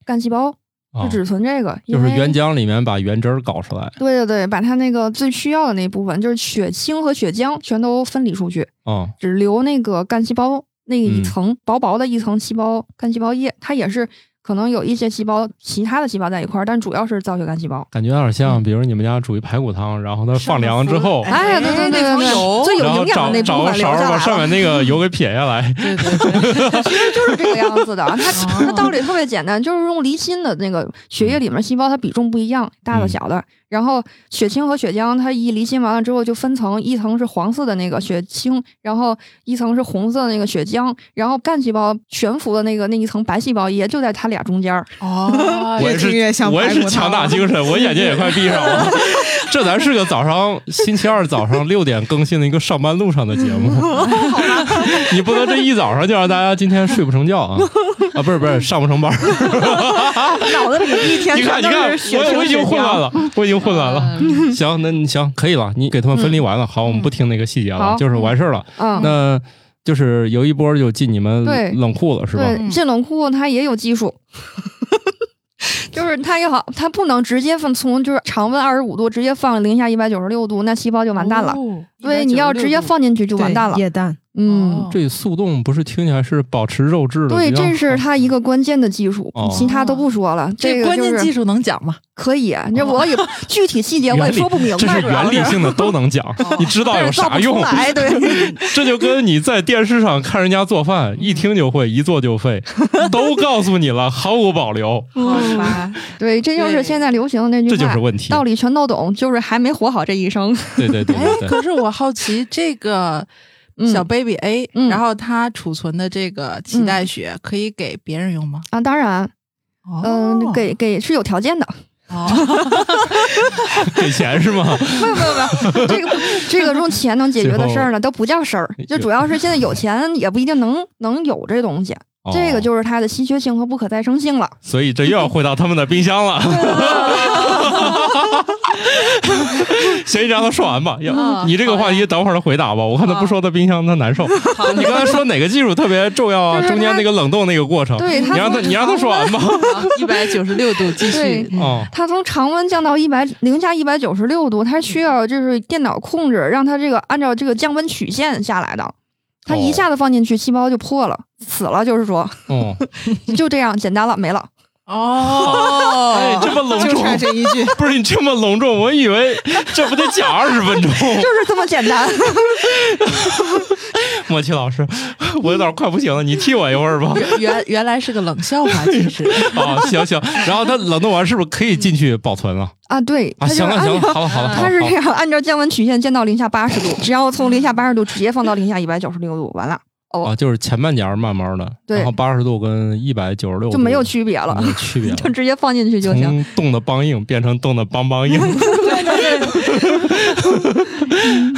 Speaker 1: 干细胞，
Speaker 2: 啊
Speaker 1: 就只存这个，
Speaker 2: 就
Speaker 1: 因
Speaker 2: 是
Speaker 1: 为
Speaker 2: 原浆里面把原汁儿搞出来。
Speaker 1: 对对对，把它那个最需要的那部分，就是血清和血浆全都分离出去，
Speaker 2: 嗯
Speaker 1: 只留那个干细胞那一
Speaker 2: 嗯
Speaker 1: 层、薄薄的一层细胞干细胞液，它也是可能有一些细胞其他的细胞在一块儿，但主要是造血干细胞。
Speaker 2: 感觉有点
Speaker 1: 嗯
Speaker 2: 像，比如你们家煮一排骨汤，然后它放凉之后，
Speaker 1: 哎呀，对对对对
Speaker 3: 那层
Speaker 1: 对，
Speaker 3: 油
Speaker 1: 最有
Speaker 2: 然后
Speaker 1: 营养
Speaker 2: 找
Speaker 1: 的那
Speaker 2: 找
Speaker 1: 部
Speaker 2: 个
Speaker 1: 分留
Speaker 2: 勺儿
Speaker 1: 下
Speaker 2: 把
Speaker 1: 来
Speaker 2: 上
Speaker 1: 了，
Speaker 2: 面那个油给撇下来。
Speaker 3: 对对对，
Speaker 1: 就是这个样子的。它它
Speaker 3: 哦
Speaker 1: 道理特别简单，就是用离心的那个血液里面细胞，它比重不一样，大的
Speaker 2: 嗯
Speaker 1: 小的。然后血清和血浆，它一离心完了之后就分层，一层是黄色的那个血清，然后一层是红色的那个血浆，然后干细胞悬浮的那个那一层白细胞也就在它俩中间儿。
Speaker 3: (laughs) 哦，
Speaker 2: 我也
Speaker 5: 啊越听越
Speaker 2: 是
Speaker 5: 像
Speaker 2: 我也
Speaker 5: 排骨
Speaker 2: 是
Speaker 5: 汤
Speaker 2: 强打精神，我眼睛也快闭上
Speaker 5: (laughs)
Speaker 2: 了。这咱是个早上星期二早上六点更新的一个上班路上的节
Speaker 5: (laughs)
Speaker 2: 目，你不能这一早上就让大家今天睡不成觉
Speaker 5: (laughs)
Speaker 2: 啊啊！不是不是，上不成班儿。
Speaker 5: 脑子里一
Speaker 2: (laughs)
Speaker 5: 天
Speaker 2: 你看你
Speaker 5: 全都
Speaker 2: 看
Speaker 5: 是，血
Speaker 2: 我
Speaker 5: 腥
Speaker 2: 我已经
Speaker 5: 血
Speaker 2: 混
Speaker 5: 浆嗯
Speaker 2: 乱了，我已经混乱了。
Speaker 1: 嗯
Speaker 2: 行，那你行可以了，你给他们分离完了，好，我们不听那个细节了，
Speaker 1: 好
Speaker 2: 就是完事儿了。
Speaker 1: 嗯，
Speaker 2: 那就是有一波就进你们
Speaker 1: 对
Speaker 2: 冷库了，是吧？
Speaker 1: 对，这冷库它也有技术， (laughs) 就是它也好，它不能直接放从就是常温二十五度直接放零下一百九十六度，那细胞就完蛋了。
Speaker 3: 哦
Speaker 1: 对，你要直接，放进去就
Speaker 5: (laughs) 对
Speaker 1: 完蛋了。
Speaker 5: 液氮，
Speaker 1: 嗯，
Speaker 2: 这速冻不是听起来是保持肉质的？
Speaker 1: 对，
Speaker 2: 哦比较
Speaker 1: 这是它一个关键的技术
Speaker 2: 哦，
Speaker 1: 其他都不说了。
Speaker 3: 这
Speaker 1: 个
Speaker 3: 关
Speaker 1: 就
Speaker 3: 键技
Speaker 1: 是
Speaker 3: 术能讲吗？
Speaker 1: 可以，这我也具体细节我也说不明
Speaker 2: 哦这
Speaker 1: 白，
Speaker 2: 是
Speaker 1: 主要
Speaker 2: 原理性的都能讲，你知道有
Speaker 1: 哦造
Speaker 2: 啥
Speaker 1: 不出
Speaker 2: 用？
Speaker 1: 来。对，
Speaker 2: (laughs)
Speaker 1: 嗯
Speaker 2: 这就跟你在电视上看人家做饭，一听就会，一做就会，都告诉你了，毫无保留，
Speaker 3: 哦好吧，
Speaker 1: 对，这就是
Speaker 3: 对
Speaker 1: 现在流行的那句
Speaker 2: 这
Speaker 1: 话，
Speaker 2: 就是问题。
Speaker 1: 道理全都懂，就是还没活好这一生。
Speaker 2: 对对对
Speaker 3: 哎
Speaker 1: (laughs)
Speaker 2: 对，对，
Speaker 3: 可是我好奇这个
Speaker 1: 嗯
Speaker 3: 小 baby A，、
Speaker 1: 嗯
Speaker 3: 然后它储存的这个脐带血可以给别人用吗？
Speaker 1: 啊，当然，
Speaker 2: 哦
Speaker 1: 嗯、给给是有条件
Speaker 2: (laughs)
Speaker 1: 的，
Speaker 3: 哦，
Speaker 2: 给钱是吗？
Speaker 1: 没有没有没有，这个这个用钱能解决的事儿呢，都不叫事儿，就主要是现在有钱也不一定能能有这东西，这个
Speaker 2: 哦，
Speaker 1: 就是它的稀缺性和不可再生性了。
Speaker 2: 所以这又要回到他们的冰箱了。
Speaker 1: 啊
Speaker 2: (laughs) 行，你让他说完吧。要
Speaker 3: 嗯
Speaker 2: 你这个话题等会儿他回答吧，我看他
Speaker 1: 嗯
Speaker 2: 不说他冰箱他难受。你刚才说哪个技术特别重要啊？
Speaker 1: 就是他
Speaker 2: 中间那个冷冻那个过程，
Speaker 1: 对
Speaker 2: 你
Speaker 1: 他
Speaker 2: 让他
Speaker 1: 从
Speaker 2: 你让他说完吧。 (laughs)
Speaker 3: 一百九十六度继续
Speaker 1: 对，
Speaker 3: 嗯
Speaker 2: 哦，
Speaker 1: 它从常温降到一百零下一百九十六度，它需要就是电脑控制，让它这个按照这个降温曲线下来的。它一下子放进去，细胞就破了，死了，就是说 (laughs)
Speaker 2: 哦，
Speaker 1: 就这样简单了，没了。
Speaker 3: 哦，
Speaker 2: 哎，这么隆
Speaker 5: 就
Speaker 2: 重，
Speaker 5: 差这一句，
Speaker 2: 不是你这么隆重，我以为这不得讲二十分钟。
Speaker 1: 就是这么简单。
Speaker 2: (laughs)
Speaker 1: (laughs)
Speaker 2: 莫奇老师，我有点快不行了，你替我一会儿吧。 (laughs)
Speaker 3: 原原来是个冷笑话，其实
Speaker 2: 啊，行行，然后它冷冻完是不是可以进去保存了？
Speaker 1: 啊，对，
Speaker 2: 啊，
Speaker 1: 它就是
Speaker 2: 行了
Speaker 1: 按
Speaker 2: 行了，
Speaker 1: 照
Speaker 2: 好了好了，好
Speaker 1: 它是
Speaker 2: 了。好
Speaker 1: 这
Speaker 2: 了
Speaker 1: 样，按照降温曲线降到零下八十度，只要从零下八十度直接放到零下一百九十六度，完了
Speaker 2: 啊，就是前半截儿慢慢的，
Speaker 1: 对
Speaker 2: 然后八十度跟一百九十六
Speaker 1: 就没有区别了，
Speaker 2: 没，有区别了
Speaker 1: (laughs) 就直接放进去就行。
Speaker 2: 从冻的梆硬变成冻的梆梆硬。 (laughs)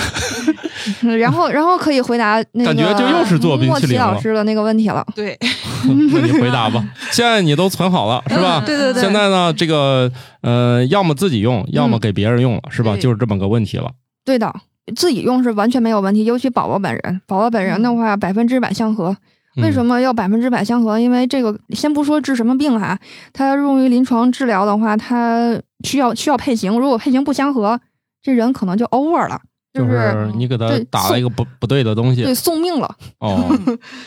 Speaker 1: 然后，然后可以回答那个
Speaker 2: 感觉就又是做冰
Speaker 1: 莫
Speaker 2: 淇
Speaker 1: 奇
Speaker 2: 淋了
Speaker 1: 老师的那个问题了。
Speaker 3: 对，
Speaker 2: 那你回答吧。现在你都存好了是吧？
Speaker 1: 嗯对对对
Speaker 2: 现在呢，这个呃，要么自己用，要么给别人用了，是吧？
Speaker 3: 对
Speaker 2: 就是这么个问题了。
Speaker 1: 对的，自己用是完全没有问题，尤其宝宝本人，宝宝本人的话百分之百相合。
Speaker 2: 嗯
Speaker 1: 为什么要百分之百相合？因为这个先不说治什么病哈，它用于临床治疗的话，它需要需要配型，如果配型不相合，这人可能就 over 了，、
Speaker 2: 就是是你给他
Speaker 1: 对
Speaker 2: 打了一个不不对的东西
Speaker 1: 对嗯送命了。
Speaker 2: 哦，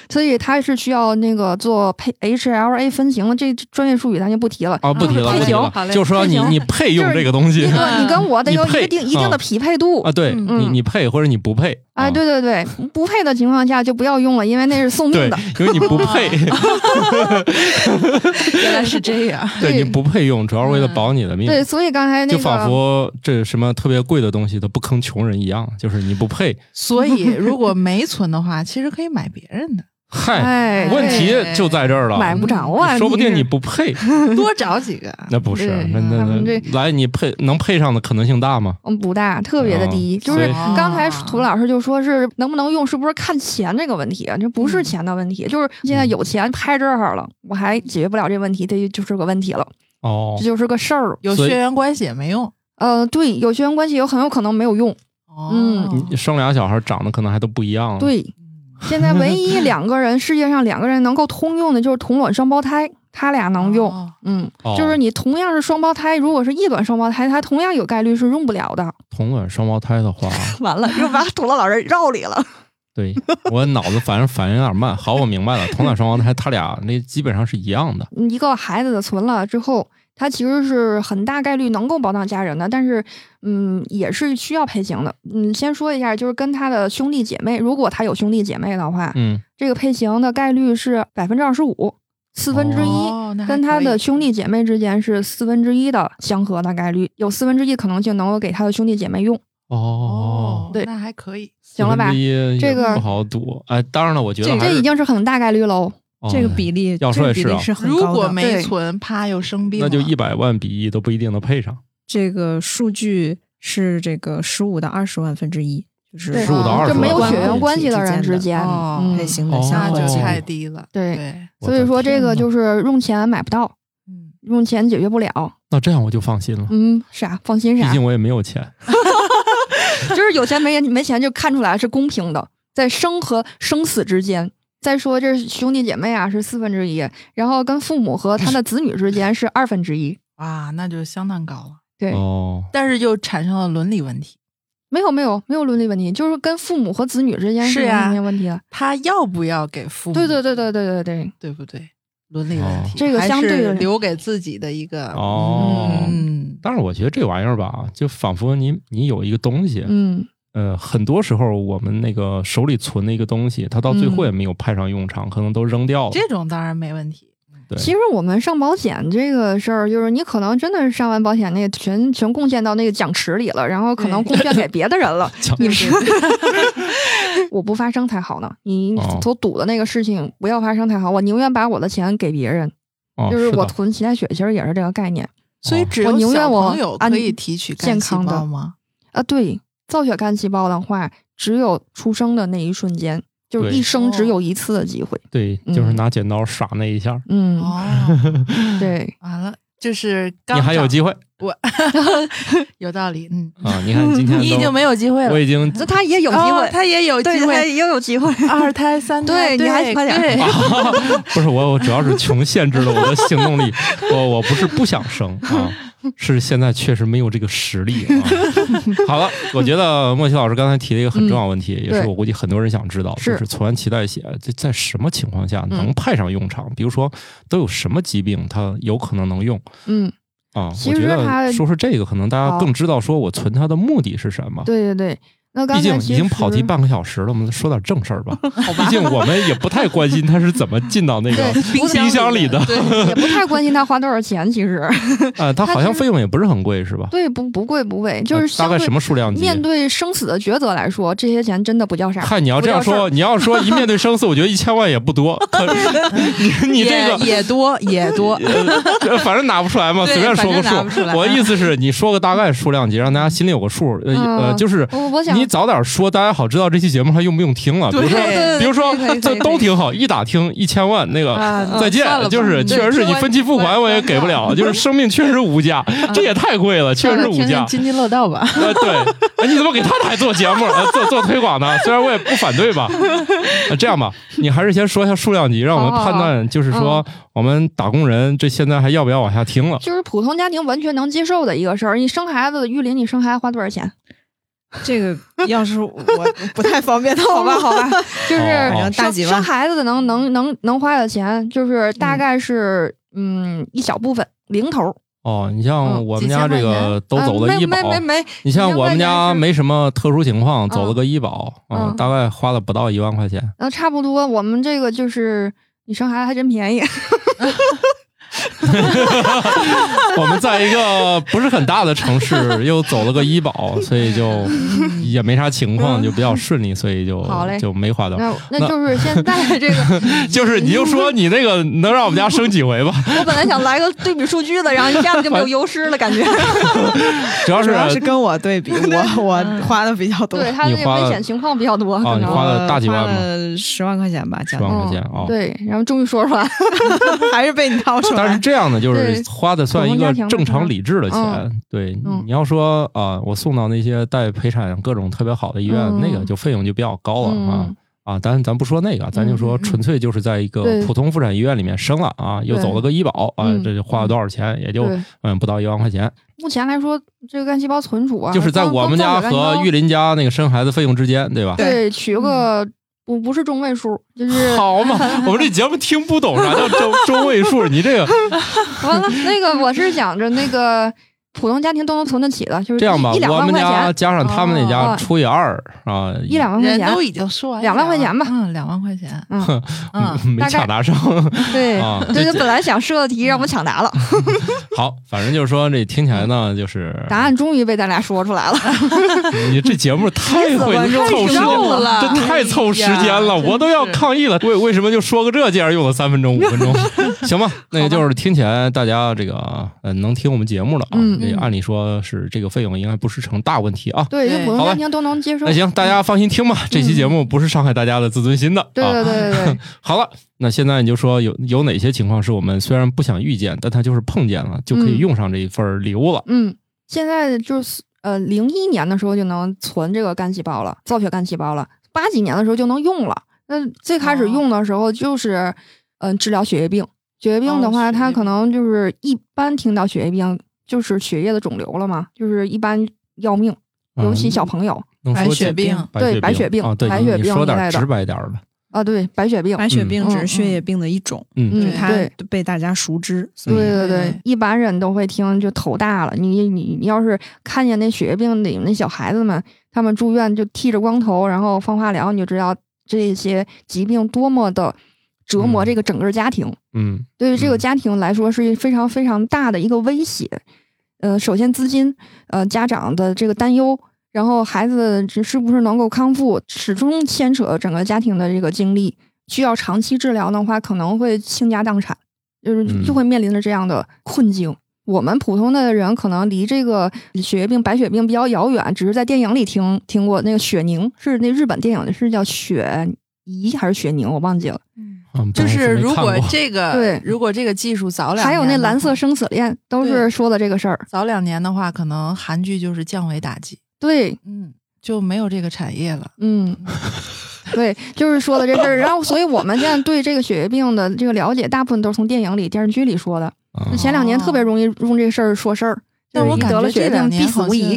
Speaker 1: 所以它是需要那个做配 HLA 分型的，这这专业术语咱就不提了。嗯
Speaker 2: 啊，不提了，
Speaker 1: 配
Speaker 2: 不提
Speaker 1: 型
Speaker 3: 好
Speaker 2: 了，
Speaker 3: 嘞
Speaker 2: 就说你
Speaker 1: 配型
Speaker 2: 你配用这个东西
Speaker 1: 你
Speaker 3: 个
Speaker 1: 跟你跟我得有
Speaker 2: 你配
Speaker 1: 一定一定
Speaker 2: 啊
Speaker 1: 的匹配度
Speaker 2: (laughs) 啊，对
Speaker 3: 嗯
Speaker 2: 你
Speaker 1: 嗯
Speaker 2: 你配或者你不配
Speaker 1: 啊！
Speaker 2: 啊
Speaker 1: 对对对，不配的情况下就不要用了，因为那是送命
Speaker 2: 对
Speaker 1: 的。，啊
Speaker 2: 因为你不
Speaker 1: (laughs)
Speaker 2: 配，
Speaker 3: (laughs) 原来是这样，
Speaker 2: 对
Speaker 1: 对嗯
Speaker 2: 你不配用，主要是为了保你的命。
Speaker 1: 对，所以刚才那个
Speaker 2: 就仿佛这什么特别贵的东西，它不坑穷人一样，就是你不配。
Speaker 3: 所以如果没存的话，其实可以买别人的，
Speaker 2: 嗨，
Speaker 1: 哎，
Speaker 2: 问题
Speaker 3: 对
Speaker 2: 就在这儿了，
Speaker 1: 买不着啊，
Speaker 2: 说不定
Speaker 1: 是
Speaker 2: 你不配，
Speaker 3: 多找几个。
Speaker 2: 那不是
Speaker 1: 对，
Speaker 2: 那
Speaker 1: 他
Speaker 2: 那
Speaker 1: 们
Speaker 2: 那
Speaker 1: 这
Speaker 2: 来你配能配上的可能性大吗？
Speaker 1: 嗯不大，特别的低。
Speaker 2: 哦
Speaker 1: 就是
Speaker 2: 所以
Speaker 1: 刚才
Speaker 3: 哦
Speaker 1: 涂老师就说是能不能用，是不是看钱这个问题？啊这不是钱的问题，就是现
Speaker 2: 嗯
Speaker 1: 在有钱拍这儿了，我还解决不了这问题，这就是个问题了，
Speaker 2: 哦
Speaker 1: 这，就是个事儿。
Speaker 3: 有
Speaker 2: 所以
Speaker 3: 血缘关系也没用。
Speaker 1: 呃，对，有血缘关系有很有可能没有用。
Speaker 2: 哦
Speaker 3: 哦
Speaker 1: 嗯
Speaker 2: 你生俩小孩长得可能还都不一样了。
Speaker 1: 对， (laughs) 现在唯
Speaker 2: (laughs)
Speaker 1: 一两个人，世界上两个人能够通用的就是同卵双胞胎，他俩能用。
Speaker 3: 哦
Speaker 1: 嗯，
Speaker 2: 哦，
Speaker 1: 就是你同样是双胞胎，如果是异卵双胞胎，它同样有概率是用不了的。
Speaker 2: 同卵双胞胎的话，
Speaker 1: 完了，又把土豆老师绕里了。
Speaker 2: 对我脑子反正反应有点慢。好，我明白了，同卵双胞胎他俩那基本上是一样的。
Speaker 1: (laughs) 一个孩子的存了之后，他其实是很大概率能够保障家人的，但是嗯，也是需要配型的。嗯，先说一下，就是跟他的兄弟姐妹，如果他有兄弟姐妹的话，
Speaker 2: 嗯，
Speaker 1: 这个配型的概率是百分之二十五，四分之一。
Speaker 3: 哦那还
Speaker 1: 跟他
Speaker 3: 可以
Speaker 1: 的兄弟姐妹之间是四分之一的相合的概率，有四分之一可能性能够给他的兄弟姐妹用，
Speaker 2: 哦，
Speaker 1: 对
Speaker 3: 那还可以。
Speaker 1: 行了吧？
Speaker 2: 这
Speaker 1: 这个
Speaker 2: 不好赌。哎，当然了，我觉得
Speaker 1: 这
Speaker 2: 还
Speaker 1: 这
Speaker 2: 是
Speaker 1: 已经是很大概率喽。
Speaker 2: 哦
Speaker 5: 这个比例，
Speaker 2: 要
Speaker 5: 这
Speaker 2: 说
Speaker 5: 个
Speaker 2: 也
Speaker 5: 比
Speaker 2: 是啊
Speaker 5: 例是很
Speaker 3: 如
Speaker 5: 高
Speaker 3: 果
Speaker 5: 的。
Speaker 3: 没
Speaker 1: 对
Speaker 3: 存，啪又生病了，
Speaker 2: 那就一百万比一都不一定能配上，
Speaker 1: 嗯
Speaker 5: 这个数据是这个十五到二十万分之一，就是
Speaker 1: 对
Speaker 2: 15到20
Speaker 1: 就没有
Speaker 2: 万
Speaker 1: 血缘关系的人之
Speaker 5: 间
Speaker 1: 间，
Speaker 3: 哦
Speaker 1: 嗯
Speaker 5: 配型的
Speaker 2: 哦
Speaker 5: 相
Speaker 3: 那
Speaker 5: 关
Speaker 3: 就
Speaker 5: 性。
Speaker 3: 太低了。
Speaker 1: 对
Speaker 3: 对，
Speaker 1: 所以说这个就是用钱买不到，
Speaker 3: 嗯，
Speaker 1: 用钱解决不了。
Speaker 2: 那这样我就放心了，
Speaker 1: 嗯，是啊，放心
Speaker 2: 毕
Speaker 1: 啥，
Speaker 2: 竟我也没有钱。
Speaker 1: (laughs) 就是有钱没没钱就看出来是公平的，在生和生死之间。再说这兄弟姐妹啊是四分之一，然后跟父母和他的子女之间是二分之一。
Speaker 3: 哇，那就相当高了。
Speaker 1: 对，
Speaker 2: 哦，
Speaker 3: 但是又产生了伦理问题，
Speaker 1: 没有没有没有伦理问题，就是跟父母和子女之间
Speaker 3: 是
Speaker 1: 完
Speaker 3: 呀
Speaker 1: 全没有问题的。
Speaker 3: 他要不要给父母？
Speaker 1: 对对对对对对对，
Speaker 3: 对不对？伦理问题，
Speaker 1: 哦这个
Speaker 3: 还
Speaker 1: 相对
Speaker 3: 是
Speaker 1: 的
Speaker 3: 留给自己的一个
Speaker 2: 哦
Speaker 3: 嗯，
Speaker 2: 但是我觉得这玩意儿吧，就仿佛你你有一个东西，
Speaker 1: 嗯，
Speaker 2: 呃，很多时候我们那个手里存的一个东西，它到最后也没有派上用场，可能都扔掉了。
Speaker 3: 这种当然没问题。
Speaker 2: 对
Speaker 1: 其实我们上保险这个事儿，就是你可能真的是上完保险那个全全贡献到那个奖池里了，然后可能
Speaker 3: 对
Speaker 1: 贡献给别的人了
Speaker 2: 嗯 (laughs) 。奖
Speaker 1: 你是我不发生才好呢，你
Speaker 2: 哦
Speaker 1: 所赌的那个事情不要发生才好，我宁愿把我的钱给别人，
Speaker 2: 哦，
Speaker 1: 就是
Speaker 2: 的
Speaker 1: 我囤脐带血，其实也是这个概念
Speaker 3: 所以
Speaker 2: 哦
Speaker 3: 只
Speaker 1: 我
Speaker 3: 有
Speaker 1: 宁愿
Speaker 3: 小
Speaker 1: 我
Speaker 3: 朋友
Speaker 1: 安
Speaker 3: 可以提取干
Speaker 1: 健
Speaker 3: 细
Speaker 1: 康的
Speaker 3: 胞吗？
Speaker 1: 啊。对，造血干细胞的话，只有出生的那一瞬间，就是
Speaker 2: 对
Speaker 1: 一生只
Speaker 3: 哦
Speaker 1: 有一次的机会。
Speaker 2: 对，
Speaker 1: 嗯
Speaker 2: 就是拿剪刀耍那一下，
Speaker 1: 嗯， (laughs)
Speaker 3: 哦，
Speaker 1: 对，
Speaker 3: 完了，就是刚
Speaker 2: 你还有
Speaker 3: 长
Speaker 2: 机会
Speaker 3: (laughs) 有道理，嗯，
Speaker 2: 啊！ (laughs) 你看今天
Speaker 3: (laughs) 你已
Speaker 2: 都
Speaker 3: 经没有机会了
Speaker 2: 我，已经
Speaker 1: 那他也有机
Speaker 3: 哦
Speaker 1: 会，
Speaker 3: 他也有机
Speaker 1: 对，他
Speaker 3: 会，
Speaker 1: 也有机会。
Speaker 3: 二胎、三胎，
Speaker 1: 对你还快点
Speaker 3: 对
Speaker 2: (laughs) 不是我，我主要是穷限制了我的行动力。我我不是不想生啊，是现在确实没有这个实力啊。好了，我觉得莫西老师刚才提了一个很重要问题，也是
Speaker 1: 嗯对
Speaker 2: 我估计很多人想知道，
Speaker 1: 是
Speaker 2: 就是存完脐带血这在什么情况下
Speaker 1: 嗯
Speaker 2: 能派上用场？比如说都有什么疾病它有可能能用
Speaker 1: 嗯，
Speaker 2: 啊？
Speaker 1: 其
Speaker 2: 我
Speaker 1: 实
Speaker 2: 觉
Speaker 1: 它
Speaker 2: 得说是这个，可能大家
Speaker 1: 好
Speaker 2: 更知道说我存它的目的是什么。
Speaker 1: 对对对。那刚
Speaker 2: 毕
Speaker 1: 才
Speaker 2: 竟已
Speaker 1: 其
Speaker 2: 经跑题
Speaker 1: 实
Speaker 2: 半个小时了，我们说点正
Speaker 1: (laughs)
Speaker 2: 事儿吧。毕竟我们也不太关心它是怎么进到那个
Speaker 1: 冰
Speaker 2: 冰箱里的。
Speaker 1: 也不太关心他花多少钱，其实 (laughs)
Speaker 2: 啊，它
Speaker 1: 它
Speaker 2: 好像
Speaker 1: 是
Speaker 2: 费用也不是很贵，是吧？
Speaker 1: 对不不贵不贵，就是
Speaker 2: 呃大
Speaker 1: 相
Speaker 2: 概
Speaker 1: 对
Speaker 2: 什么数量级？
Speaker 1: 面对生死的抉择来说，这些钱真的不叫啥。
Speaker 2: 看你要这样
Speaker 1: 不叫事
Speaker 2: 说，
Speaker 1: 儿
Speaker 2: 你要说一面对生死，我觉得一千万也
Speaker 1: (laughs)
Speaker 2: 不多。可 (laughs) 你你这
Speaker 3: 也
Speaker 2: 个
Speaker 3: 也多
Speaker 2: (laughs)
Speaker 3: 也多，
Speaker 2: 呃反正拿不出来嘛，
Speaker 3: 对
Speaker 2: 随便说个
Speaker 3: 反正拿不
Speaker 2: 数
Speaker 3: 出。来
Speaker 2: 我的意思是，你说个大概数量级，让大家心里有个数。呃
Speaker 1: 嗯
Speaker 2: 呃，就是
Speaker 1: 我我想
Speaker 2: 你早点说，大家好知道这期节目还用不用听了。比如说
Speaker 3: 对对对，
Speaker 2: 比如说
Speaker 1: 可以可以
Speaker 2: 这
Speaker 1: 可以嗯
Speaker 2: 都挺好，一打听一千万那个。
Speaker 3: 啊
Speaker 2: 再见，就是确实是你分期付款我也给不。了，就是生命确实无价，
Speaker 1: 嗯
Speaker 2: 这也太贵了，确实无
Speaker 3: 听
Speaker 2: 价
Speaker 3: 听。津津乐道吧，
Speaker 2: 呃，对，哎，你怎么给他台做节目、呃做做推广呢？虽然我也不反对吧。呃这样吧，你还是先说一下数量级，让我们
Speaker 1: 好好好
Speaker 2: 判断，就是说
Speaker 1: 嗯
Speaker 2: 我们打工人这现在还要不要往下听了？
Speaker 1: 就是普通家庭完全能接受的一个事儿。你生孩子，玉林，你生孩子花多少钱？
Speaker 5: 这
Speaker 1: (laughs)
Speaker 5: 个要是我不太方便，
Speaker 3: (laughs)
Speaker 1: 好吧，好吧， (laughs) 就是
Speaker 2: 哦
Speaker 5: 反正大
Speaker 1: 生
Speaker 5: 几
Speaker 1: 生
Speaker 5: 万。
Speaker 1: 孩子的能能能能花的钱，就是大概是嗯一小部分零头。
Speaker 2: 哦，你像
Speaker 1: 嗯
Speaker 2: 我们家这个都走
Speaker 1: 啊
Speaker 2: 了
Speaker 1: 没
Speaker 2: 医保
Speaker 1: 没，没没，
Speaker 2: 你像我们家没什么特殊情况，
Speaker 1: 嗯
Speaker 2: 走了个医保啊，
Speaker 1: 嗯
Speaker 2: 大概花了不到一万块钱。
Speaker 1: 呃，差不多。我们这个就是你生孩子还真便宜。
Speaker 2: 我们在一个不是很大的城市，又走了个医保，所以就也没啥情况，就比较顺利，所以就
Speaker 1: 嗯好嘞
Speaker 2: 就没花到。
Speaker 1: 那那就是现
Speaker 2: (laughs)
Speaker 1: 在这个，
Speaker 2: 就是你就说你那个能让我们家生几
Speaker 5: (laughs)
Speaker 2: 回吧，
Speaker 1: 我本来想来个对比数据的，然后一下子就没有优势了，
Speaker 2: (laughs)
Speaker 1: 感觉。
Speaker 2: 主要
Speaker 5: 主
Speaker 2: 是
Speaker 5: 要是跟我对 (laughs) 嗯比，我我花的比较多，
Speaker 1: 对他那
Speaker 2: 你
Speaker 1: 个
Speaker 2: 花
Speaker 1: 危
Speaker 2: 了
Speaker 1: 险情况比较多，
Speaker 2: 哦
Speaker 1: 可
Speaker 2: 你
Speaker 1: 能。
Speaker 2: 花了大几万吗
Speaker 5: 吗？十万块钱吧，
Speaker 2: 十
Speaker 5: 将
Speaker 2: 万块
Speaker 1: 嗯
Speaker 2: 钱啊。
Speaker 1: 对，然后终于说出
Speaker 2: (laughs)
Speaker 1: 来，
Speaker 5: 近 (laughs) 还是被你掏出
Speaker 2: 但是
Speaker 5: 来。
Speaker 2: 这样呢，就是
Speaker 1: 对
Speaker 2: 花的算一个正常理智的钱
Speaker 1: 嗯。
Speaker 2: 对，
Speaker 1: 嗯
Speaker 2: 你要说啊，我送到那些带陪产各种特别好的医院，
Speaker 1: 嗯
Speaker 2: 那个就费用就比较高了啊
Speaker 1: 嗯。
Speaker 2: 啊，咱咱不说那个，咱就说纯粹就是在一个
Speaker 1: 对
Speaker 2: 普通妇产医院里面生了啊，又
Speaker 1: 对
Speaker 2: 走了个医保啊，
Speaker 1: 嗯
Speaker 2: 这就花了多少钱，也就
Speaker 1: 对
Speaker 2: 嗯不到一万块钱，
Speaker 1: 目前来说，这个干细胞存储啊，
Speaker 2: 就是在
Speaker 1: 光
Speaker 2: 我们家和玉。嗯
Speaker 1: 光造血干细
Speaker 2: 林家那个生孩子费用之间，对吧
Speaker 1: 胞？对，取个不不是中位数，就是
Speaker 2: (laughs) 好嘛，我们这节目听不懂啥叫中中位数，你这个
Speaker 1: 完了。那个我是想着那个普通家庭都能存得起的，就是
Speaker 2: 这样吧，
Speaker 1: 一两
Speaker 2: 我
Speaker 1: 万
Speaker 2: 们
Speaker 1: 块
Speaker 2: 家
Speaker 1: 钱，
Speaker 2: 加上他们那家
Speaker 1: 哦
Speaker 2: 除以二啊，
Speaker 1: 一两万块
Speaker 3: 人都
Speaker 1: 钱，
Speaker 3: 已经说完
Speaker 1: 两万块钱吧
Speaker 3: 嗯，两万块
Speaker 2: (laughs)
Speaker 3: 钱，
Speaker 1: 嗯，
Speaker 3: 嗯，
Speaker 2: 没
Speaker 1: 大概
Speaker 2: 抢答上。
Speaker 1: 对
Speaker 2: 啊，
Speaker 1: 对，就本来想设的题让我抢答
Speaker 2: (laughs)
Speaker 1: 了，
Speaker 2: 好，反正就是说这听起来呢，就是
Speaker 1: 答案终于被咱俩说出来了，
Speaker 2: 你这节目太会
Speaker 1: 气死我
Speaker 2: 凑时间
Speaker 1: 太肉
Speaker 3: 了
Speaker 2: 这太凑时间了，
Speaker 3: 哎呀
Speaker 2: 我都要抗议了。为为什么就说个这劲儿用了三分钟、五
Speaker 1: (laughs)
Speaker 2: 分钟？行吧，那就是听起来大家这个呃能听我们节目的啊
Speaker 1: 嗯，
Speaker 2: 那
Speaker 1: 嗯
Speaker 2: 按理说是这个费用应该不是成大问题啊。
Speaker 1: 对，就
Speaker 3: 对
Speaker 1: 普通
Speaker 2: 好吧
Speaker 1: 家庭都能接受
Speaker 2: 那。行，大家放心听吧，这期节目不是伤害大家的自尊心的
Speaker 1: 嗯对
Speaker 2: 啊。
Speaker 1: 对对对对，
Speaker 2: 好了，那现在你就说有有哪些情况是我们虽然不想遇见，但它就是碰见了，就可以
Speaker 1: 嗯
Speaker 2: 用上这一份礼物了。
Speaker 1: 嗯，现在就是呃，零一年的时候就能存这个干细胞了，造血干细胞了，八几年的时候就能用了。那最开始
Speaker 3: 哦
Speaker 1: 用的时候就是，嗯、治疗血液病。血液病的
Speaker 3: 哦
Speaker 1: 话，
Speaker 3: 血液
Speaker 1: 它
Speaker 3: 病
Speaker 1: 可能就是一般听到血液病就是血液的肿瘤了嘛，就是一般要命，尤其
Speaker 2: 嗯
Speaker 1: 小朋友
Speaker 2: 能
Speaker 3: 白
Speaker 2: 说
Speaker 3: 血
Speaker 2: 这
Speaker 3: 病
Speaker 1: 对白血病
Speaker 2: 啊，对，
Speaker 1: 白
Speaker 2: 你
Speaker 1: 血
Speaker 2: 你
Speaker 1: 病
Speaker 2: 说
Speaker 1: 一
Speaker 2: 点儿
Speaker 1: 类的
Speaker 2: 直白点儿的，
Speaker 1: 啊，对白血病，
Speaker 5: 白血病只
Speaker 1: 嗯
Speaker 5: 是血液病的一种，
Speaker 2: 嗯，
Speaker 5: 就
Speaker 1: 嗯
Speaker 5: 是，它
Speaker 1: 对。
Speaker 5: 被大家熟知。所
Speaker 1: 对
Speaker 5: 以嗯
Speaker 1: 对
Speaker 3: 对
Speaker 1: 对
Speaker 3: 对，
Speaker 1: 一般人都会听就头大了。你你你要是看见那血液病里那小孩子们，他们住院就剃着光头，然后放化疗，你就知道这些疾病多么的折磨
Speaker 2: 嗯
Speaker 1: 这个整个家庭。
Speaker 2: 嗯
Speaker 1: 对于这个
Speaker 2: 嗯
Speaker 1: 家庭来说是非常非常大的一个威胁。呃，首先资金，呃，家长的这个担忧，然后孩子这是不是能够康复，始终牵扯整个家庭的这个精力。需要长期治疗的话，可能会倾家荡产，就是
Speaker 2: 嗯
Speaker 1: 就会面临着这样的困境。我们普通的人可能离这个血液病、白血病比较遥远，只是在电影里听听过那个血凝，是那日本电影是叫血疑还是血凝，我忘记了。
Speaker 2: 啊不
Speaker 3: 就
Speaker 2: 好意思
Speaker 3: 是
Speaker 2: 没
Speaker 3: 如
Speaker 2: 看
Speaker 3: 果
Speaker 2: 过
Speaker 3: 这个
Speaker 1: 对
Speaker 3: 如果这个技术早两
Speaker 1: 还有那
Speaker 3: 年的
Speaker 1: 蓝色
Speaker 3: 话
Speaker 1: 生死恋都是
Speaker 3: 对
Speaker 1: 说的这个事儿。
Speaker 3: 早两年的话，可能韩剧就是降维打击，
Speaker 1: 对，
Speaker 3: 嗯，就没有这个产业
Speaker 1: (laughs)
Speaker 3: 了。
Speaker 1: 嗯，对，就是说的这事儿。然后，所以我们现在对这个血液病的这个了解，大部分都是从电影里、电视剧里说的。 (laughs)
Speaker 2: 啊
Speaker 1: 前两年特别容易用这事儿说事儿，
Speaker 3: 哦但
Speaker 1: 就是
Speaker 3: 我
Speaker 1: 一
Speaker 3: 感
Speaker 1: 得
Speaker 3: 觉
Speaker 1: 了血
Speaker 3: 这
Speaker 1: 液
Speaker 3: 两
Speaker 1: 病必
Speaker 3: 年
Speaker 1: 死
Speaker 3: 好
Speaker 1: 无疑。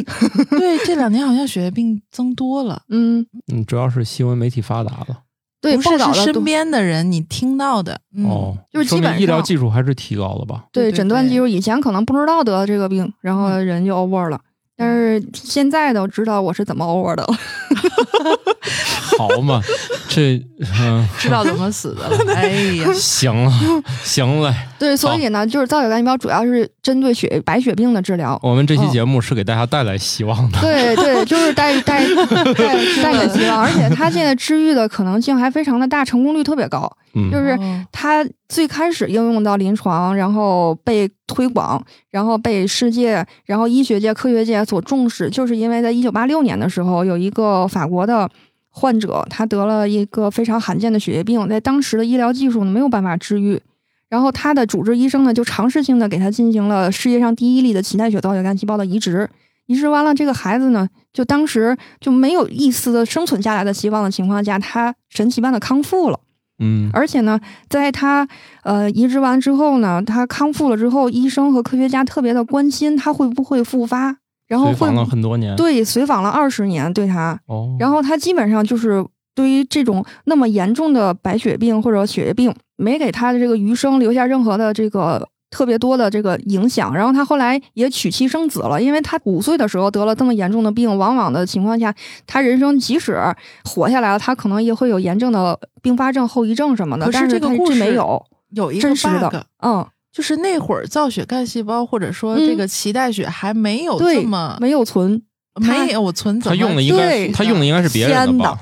Speaker 3: 对，这两年好像血液病增多了，
Speaker 1: (laughs) 嗯，
Speaker 2: 嗯，主要是新闻媒体发达了，
Speaker 1: 对，
Speaker 3: 不
Speaker 1: 报
Speaker 3: 是
Speaker 1: 道
Speaker 3: 是
Speaker 1: 的
Speaker 3: 身
Speaker 1: 多
Speaker 3: 边的人你听到的，嗯、
Speaker 2: 哦，
Speaker 1: 就是
Speaker 2: 说
Speaker 1: 基
Speaker 2: 明
Speaker 1: 本
Speaker 2: 医疗
Speaker 1: 上
Speaker 2: 技术还是提高了吧？
Speaker 1: 对
Speaker 3: 对
Speaker 1: 诊断
Speaker 3: 对嗯
Speaker 1: 记录，以前可能不知道得这个病，然后人就 over 了。但是现在都知道我是怎么 over 的了， (laughs)
Speaker 2: 好嘛， (laughs) 这嗯，
Speaker 3: 知道怎么死的
Speaker 1: (laughs)
Speaker 3: 了。哎呀，
Speaker 2: 行了 (laughs) 行了，
Speaker 1: 对，所以呢，就是造血干细胞主要是针对血白血病的治疗，
Speaker 2: 我们这期
Speaker 1: 哦
Speaker 2: 节目是给大家带来希望的，
Speaker 1: 对对，就是带带带带给希望，而且他现在治愈的可能性还非常的大，成功率特别高。
Speaker 2: 嗯，
Speaker 1: 就是
Speaker 3: 哦
Speaker 1: 它最开始应用到临床，然后被推广，然后被世界、然后医学界、科学界所重视，就是因为在一九八六年的时候，有一个法国的患者，他得了一个非常罕见的血液病，在当时的医疗技术呢没有办法治愈，然后他的主治医生呢就尝试性的给他进行了世界上第一例的脐带血造血干细胞的移植。移植完了，这个孩子呢，就当时就没有一丝的生存下来的希望的情况下，他神奇般的康复了。
Speaker 2: 嗯
Speaker 1: 而且呢，在他呃移植完之后呢，他康复了之后，医生和科学家特别的关心他会不会复发，然后
Speaker 2: 随
Speaker 1: 会
Speaker 2: 访了很多年，
Speaker 1: 对随访了二十年对他，
Speaker 2: 哦，
Speaker 1: 然后他基本上就是对于这种那么严重的白血病或者血液病，没给他的这个余生留下任何的这个特别多的这个影响。然后他后来也娶妻生子了，因为他五岁的时候得了这么严重的病，往往的情况下，他人生即使活下来了，他可能也会有炎症的并发症、后遗症什么的，
Speaker 3: 可是
Speaker 1: 但
Speaker 3: 这个
Speaker 1: 他
Speaker 3: 故
Speaker 1: 这
Speaker 3: 事
Speaker 1: 没有，
Speaker 3: 有一个
Speaker 1: 真实
Speaker 3: bug，
Speaker 1: 的，嗯，
Speaker 3: 就是那会儿造血干细胞或者说
Speaker 1: 嗯
Speaker 3: 这个脐带血还没
Speaker 2: 哦
Speaker 3: 有这
Speaker 1: 对
Speaker 3: 么，
Speaker 1: 没有存它
Speaker 3: 没有存怎
Speaker 2: 他
Speaker 3: 么
Speaker 2: 用的应该
Speaker 1: 对
Speaker 2: 他用的应该是别人的吧？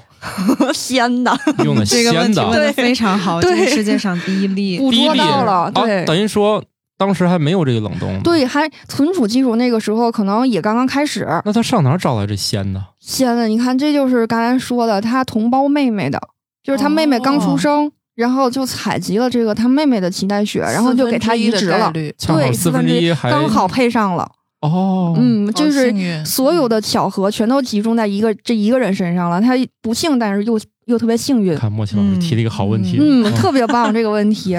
Speaker 1: 鲜的， (laughs)
Speaker 2: 用的
Speaker 5: 这个问
Speaker 2: 鲜
Speaker 5: 题问
Speaker 2: 的，
Speaker 5: 的非常好，
Speaker 1: 对
Speaker 5: 这是世界上第一例。
Speaker 1: 捕
Speaker 2: 第一
Speaker 1: 捉
Speaker 2: 例
Speaker 1: 到了，
Speaker 2: 啊
Speaker 1: 对，，
Speaker 2: 等于说当时还没有这个冷冻，，
Speaker 1: 对，还存储技术那个时候可能也刚刚开始，
Speaker 2: 那他上哪儿找来这鲜的？
Speaker 1: 天呐，你看，这就是刚才说的，他同胞妹妹的，就是他妹妹刚
Speaker 2: 哦
Speaker 1: 出生，然后就采集了这个他妹妹的脐带血，然后就给他移植了，
Speaker 3: 对，
Speaker 2: 恰好
Speaker 1: 对，
Speaker 2: 四分
Speaker 1: 分
Speaker 2: 之一还
Speaker 1: 刚好配上了，
Speaker 2: 哦，嗯
Speaker 1: 嗯，
Speaker 3: 好
Speaker 1: 就是
Speaker 3: 幸运
Speaker 1: 所有的巧合全都集中在一个这一个人身上了，他不幸，但是又又特别幸运。
Speaker 2: 看莫奇老师提了一个好问题，
Speaker 1: 嗯，特别棒这个问题，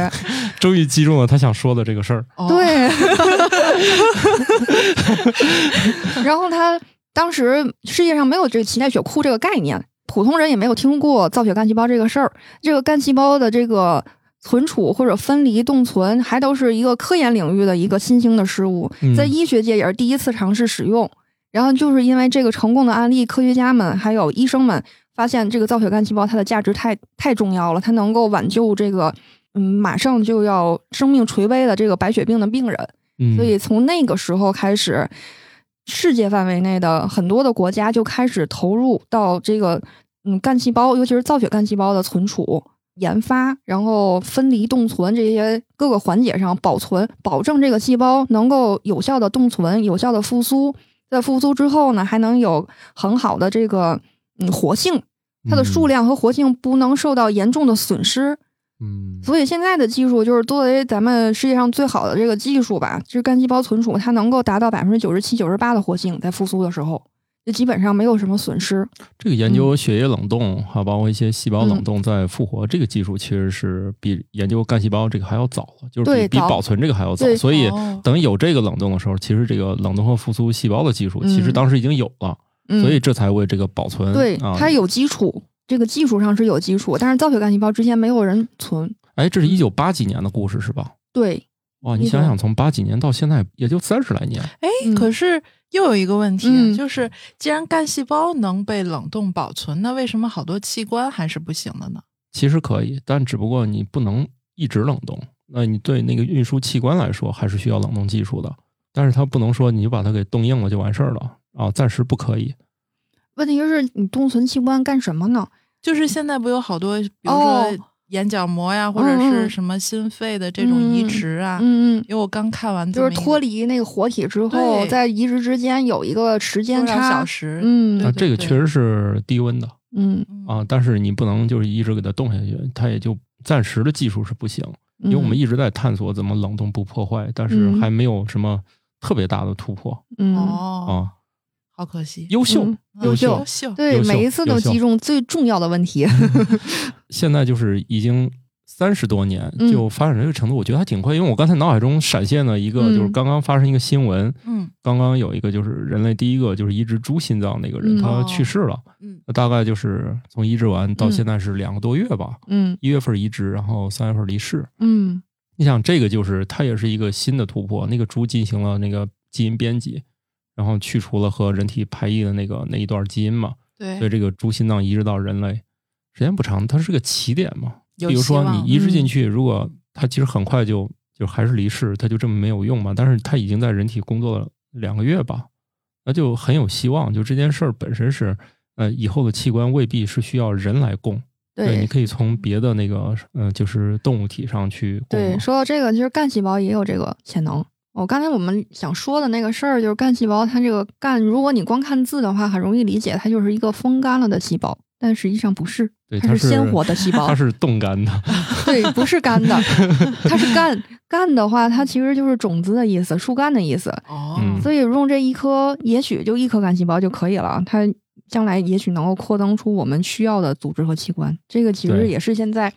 Speaker 2: 终于击中了他想说的这个事儿。
Speaker 3: 哦
Speaker 1: 对。 (laughs) 然后他当时世界上没有这个脐带血库这个概念，普通人也没有听过造血干细胞这个事儿。这个干细胞的这个存储或者分离冻存，还都是一个科研领域的一个新兴的事物
Speaker 2: 嗯，
Speaker 1: 在医学界也是第一次尝试使用。然后就是因为这个成功的案例，科学家们还有医生们发现，这个造血干细胞它的价值太太重要了，它能够挽救这个嗯马上就要生命垂危的这个白血病的病人。
Speaker 2: 嗯，
Speaker 1: 所以从那个时候开始，世界范围内的很多的国家就开始投入到这个嗯干细胞，尤其是造血干细胞的存储、研发，然后分离冻存这些各个环节上保存，保证这个细胞能够有效的冻存、有效的复苏。在复苏之后呢，还能有很好的这个嗯活性，它的数
Speaker 2: 量，
Speaker 1: 量和活性不能受到严重的损失。
Speaker 2: 嗯，
Speaker 1: 所以现在的技术就是作为咱们世界上最好的这个技术吧，就是干细胞存储，它能够达到百分之九十七、九十八的活性，在复苏的时候，就基本上没有什么损失。
Speaker 2: 这个研
Speaker 1: 嗯
Speaker 2: 究血液冷冻，还有包括一些细胞冷冻再复活，这个技术其实是比研究干细胞这个还要早了，就是比
Speaker 1: 对
Speaker 2: 比
Speaker 1: 早
Speaker 2: 保存这个还要早。
Speaker 1: 对
Speaker 2: 所以
Speaker 3: 哦
Speaker 2: 等有这个冷冻的时候，其实这个冷冻和复苏细胞的技术，其实
Speaker 1: 嗯
Speaker 2: 当时已经有了，
Speaker 1: 嗯，
Speaker 2: 所以这才为这个保存。
Speaker 1: 对、
Speaker 2: 啊、
Speaker 1: 它有基础，这个技术上是有基础，但是造血干细胞之前没有人存。
Speaker 2: 哎，这是一九八几年的故事是吧？
Speaker 1: 对，
Speaker 2: 哇，你
Speaker 1: 那个
Speaker 2: 想想，从八几年到现在也就三十来年，
Speaker 3: 哎，
Speaker 1: 嗯
Speaker 3: 可是又有一个问题啊，
Speaker 1: 嗯
Speaker 3: 就是既然干细胞能被冷冻保存，那为什么好多器官还是不行的呢？
Speaker 2: 其实可以，但只不过你不能一直冷冻。那你对那个运输器官来说，还是需要冷冻技术的。但是它不能说你把它给冻硬了就完事儿了啊，暂时不可以。
Speaker 1: 问题是你冻存器官干什么呢？
Speaker 3: 就是现在不有好多，比如
Speaker 1: 哦
Speaker 3: 说眼角膜呀，或者
Speaker 1: 嗯
Speaker 3: 是
Speaker 1: 嗯
Speaker 3: 什么心肺的这种移植啊，
Speaker 1: 嗯嗯。
Speaker 3: 因为我刚看完这
Speaker 1: 就
Speaker 3: 么
Speaker 1: 是
Speaker 3: 一个，
Speaker 1: 脱离那个活体之后，
Speaker 3: 对
Speaker 1: 在移植之间有一个时间
Speaker 3: 多少
Speaker 1: 差
Speaker 3: 小。时，
Speaker 1: 嗯
Speaker 2: 那
Speaker 3: 对
Speaker 2: 啊这个确实是低温的
Speaker 1: 嗯，
Speaker 3: 嗯
Speaker 2: 啊，但是你不能就是一直给它冻下去，它也就暂时的技术是不行，因为我们一直在探索怎么冷冻不破坏，但是
Speaker 1: 嗯
Speaker 2: 还没有什么特别大的突破
Speaker 1: 嗯，
Speaker 3: 哦，
Speaker 2: 啊。
Speaker 3: 好可惜，
Speaker 2: 优秀，
Speaker 1: 嗯
Speaker 3: 嗯
Speaker 1: 优秀
Speaker 3: 优秀，
Speaker 1: 对，
Speaker 2: 优秀
Speaker 1: 每一次都
Speaker 2: 优秀
Speaker 1: 击中最重要的问
Speaker 2: (laughs)
Speaker 1: 题。
Speaker 2: 现在就是已经三十多年
Speaker 1: 嗯
Speaker 2: 就发展到这个程度，我觉得还挺快。因为我刚才脑海中闪现了一个，
Speaker 1: 嗯
Speaker 2: 就是刚刚发生一个新闻，
Speaker 3: 嗯
Speaker 2: 刚刚有一个就是人类第一个就是移植猪心脏那个人，
Speaker 1: 嗯
Speaker 2: 他去世了。
Speaker 3: 嗯
Speaker 2: 那大概就是从移植完到
Speaker 1: 嗯
Speaker 2: 现在是两个多月吧，
Speaker 1: 嗯
Speaker 2: 一月份移植，然后三月份离世。
Speaker 1: 嗯
Speaker 2: 你想，这个就是它也是一个新的突破。那个猪进行了那个基因编辑，然后去除了和人体排异的那个那一段基因嘛。所以
Speaker 3: 对，
Speaker 2: 这个猪心脏移植到人类，时间不长，它是个起点嘛。
Speaker 3: 有
Speaker 2: 比如
Speaker 3: 希
Speaker 2: 说
Speaker 3: 望
Speaker 2: 你移植
Speaker 1: 嗯
Speaker 2: 进去，如果它其实很快就就还是离世，它就这么没有用嘛。但是它已经在人体工作了两个月吧，那就很有希望。就这件事儿本身是，呃，以后的器官未必是需要人来供，对，你可以从别的那个，呃，就是动物体上去供嘛。
Speaker 1: 对，说到这个，其实干细胞也有这个潜能。我、刚才我们想说的那个事儿，就是干细胞，它这个干，如果你光看字的话，很容易理解它就是一个风干了的细胞，但实际上不是，
Speaker 2: 对它
Speaker 1: 它
Speaker 2: 是
Speaker 1: 鲜活的细胞
Speaker 2: (laughs) 它，是冻干的，
Speaker 1: (laughs) 对，不是
Speaker 2: (laughs)
Speaker 1: 干的，它是干。干的话，它其实就是种子的意思，树干的意思。
Speaker 3: 哦，
Speaker 2: 嗯
Speaker 1: 所以用这一颗，也许就一颗干细胞就可以了。它将来也许能够扩增出我们需要的组织和器官。这个其
Speaker 2: 对
Speaker 1: 实也是现在，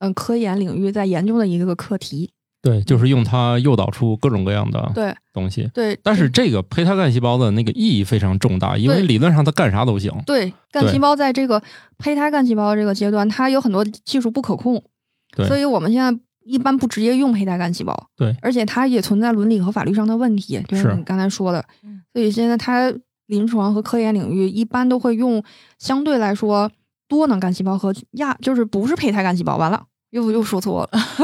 Speaker 1: 嗯、科研领域在研究的一个课题。
Speaker 2: 对，就是用它诱导出各种各样的
Speaker 1: 对
Speaker 2: 东西。
Speaker 1: 对，
Speaker 2: 但是这个胚胎干细胞的那个意义非常重大，因为
Speaker 1: 对
Speaker 2: 理论上它干啥都行。
Speaker 1: 对干
Speaker 2: 对
Speaker 1: 细胞在这个胚胎干细胞这个阶段，它有很多技术不可控，
Speaker 2: 对
Speaker 1: 所以我们现在一般不直接用胚胎干细胞。
Speaker 2: 对
Speaker 1: 而且它也存在伦理和法律上的问题，就是
Speaker 2: 是
Speaker 1: 你刚才说的
Speaker 3: 嗯。
Speaker 1: 所以现在它临床和科研领域一般都会用相对来说多能干细胞和亚，就是不是胚胎干细胞。完了，又又说错了， (laughs)
Speaker 2: (laughs)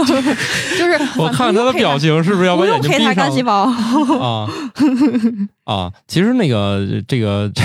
Speaker 1: 就是
Speaker 2: 我看他的表，情是不是要
Speaker 1: 不
Speaker 2: 把
Speaker 1: 用
Speaker 2: 眼睛
Speaker 1: 胚
Speaker 2: 闭
Speaker 1: 胎
Speaker 2: 上
Speaker 1: 干细
Speaker 2: 了？
Speaker 1: 胞。
Speaker 2: (laughs) 啊啊！其实那个这个这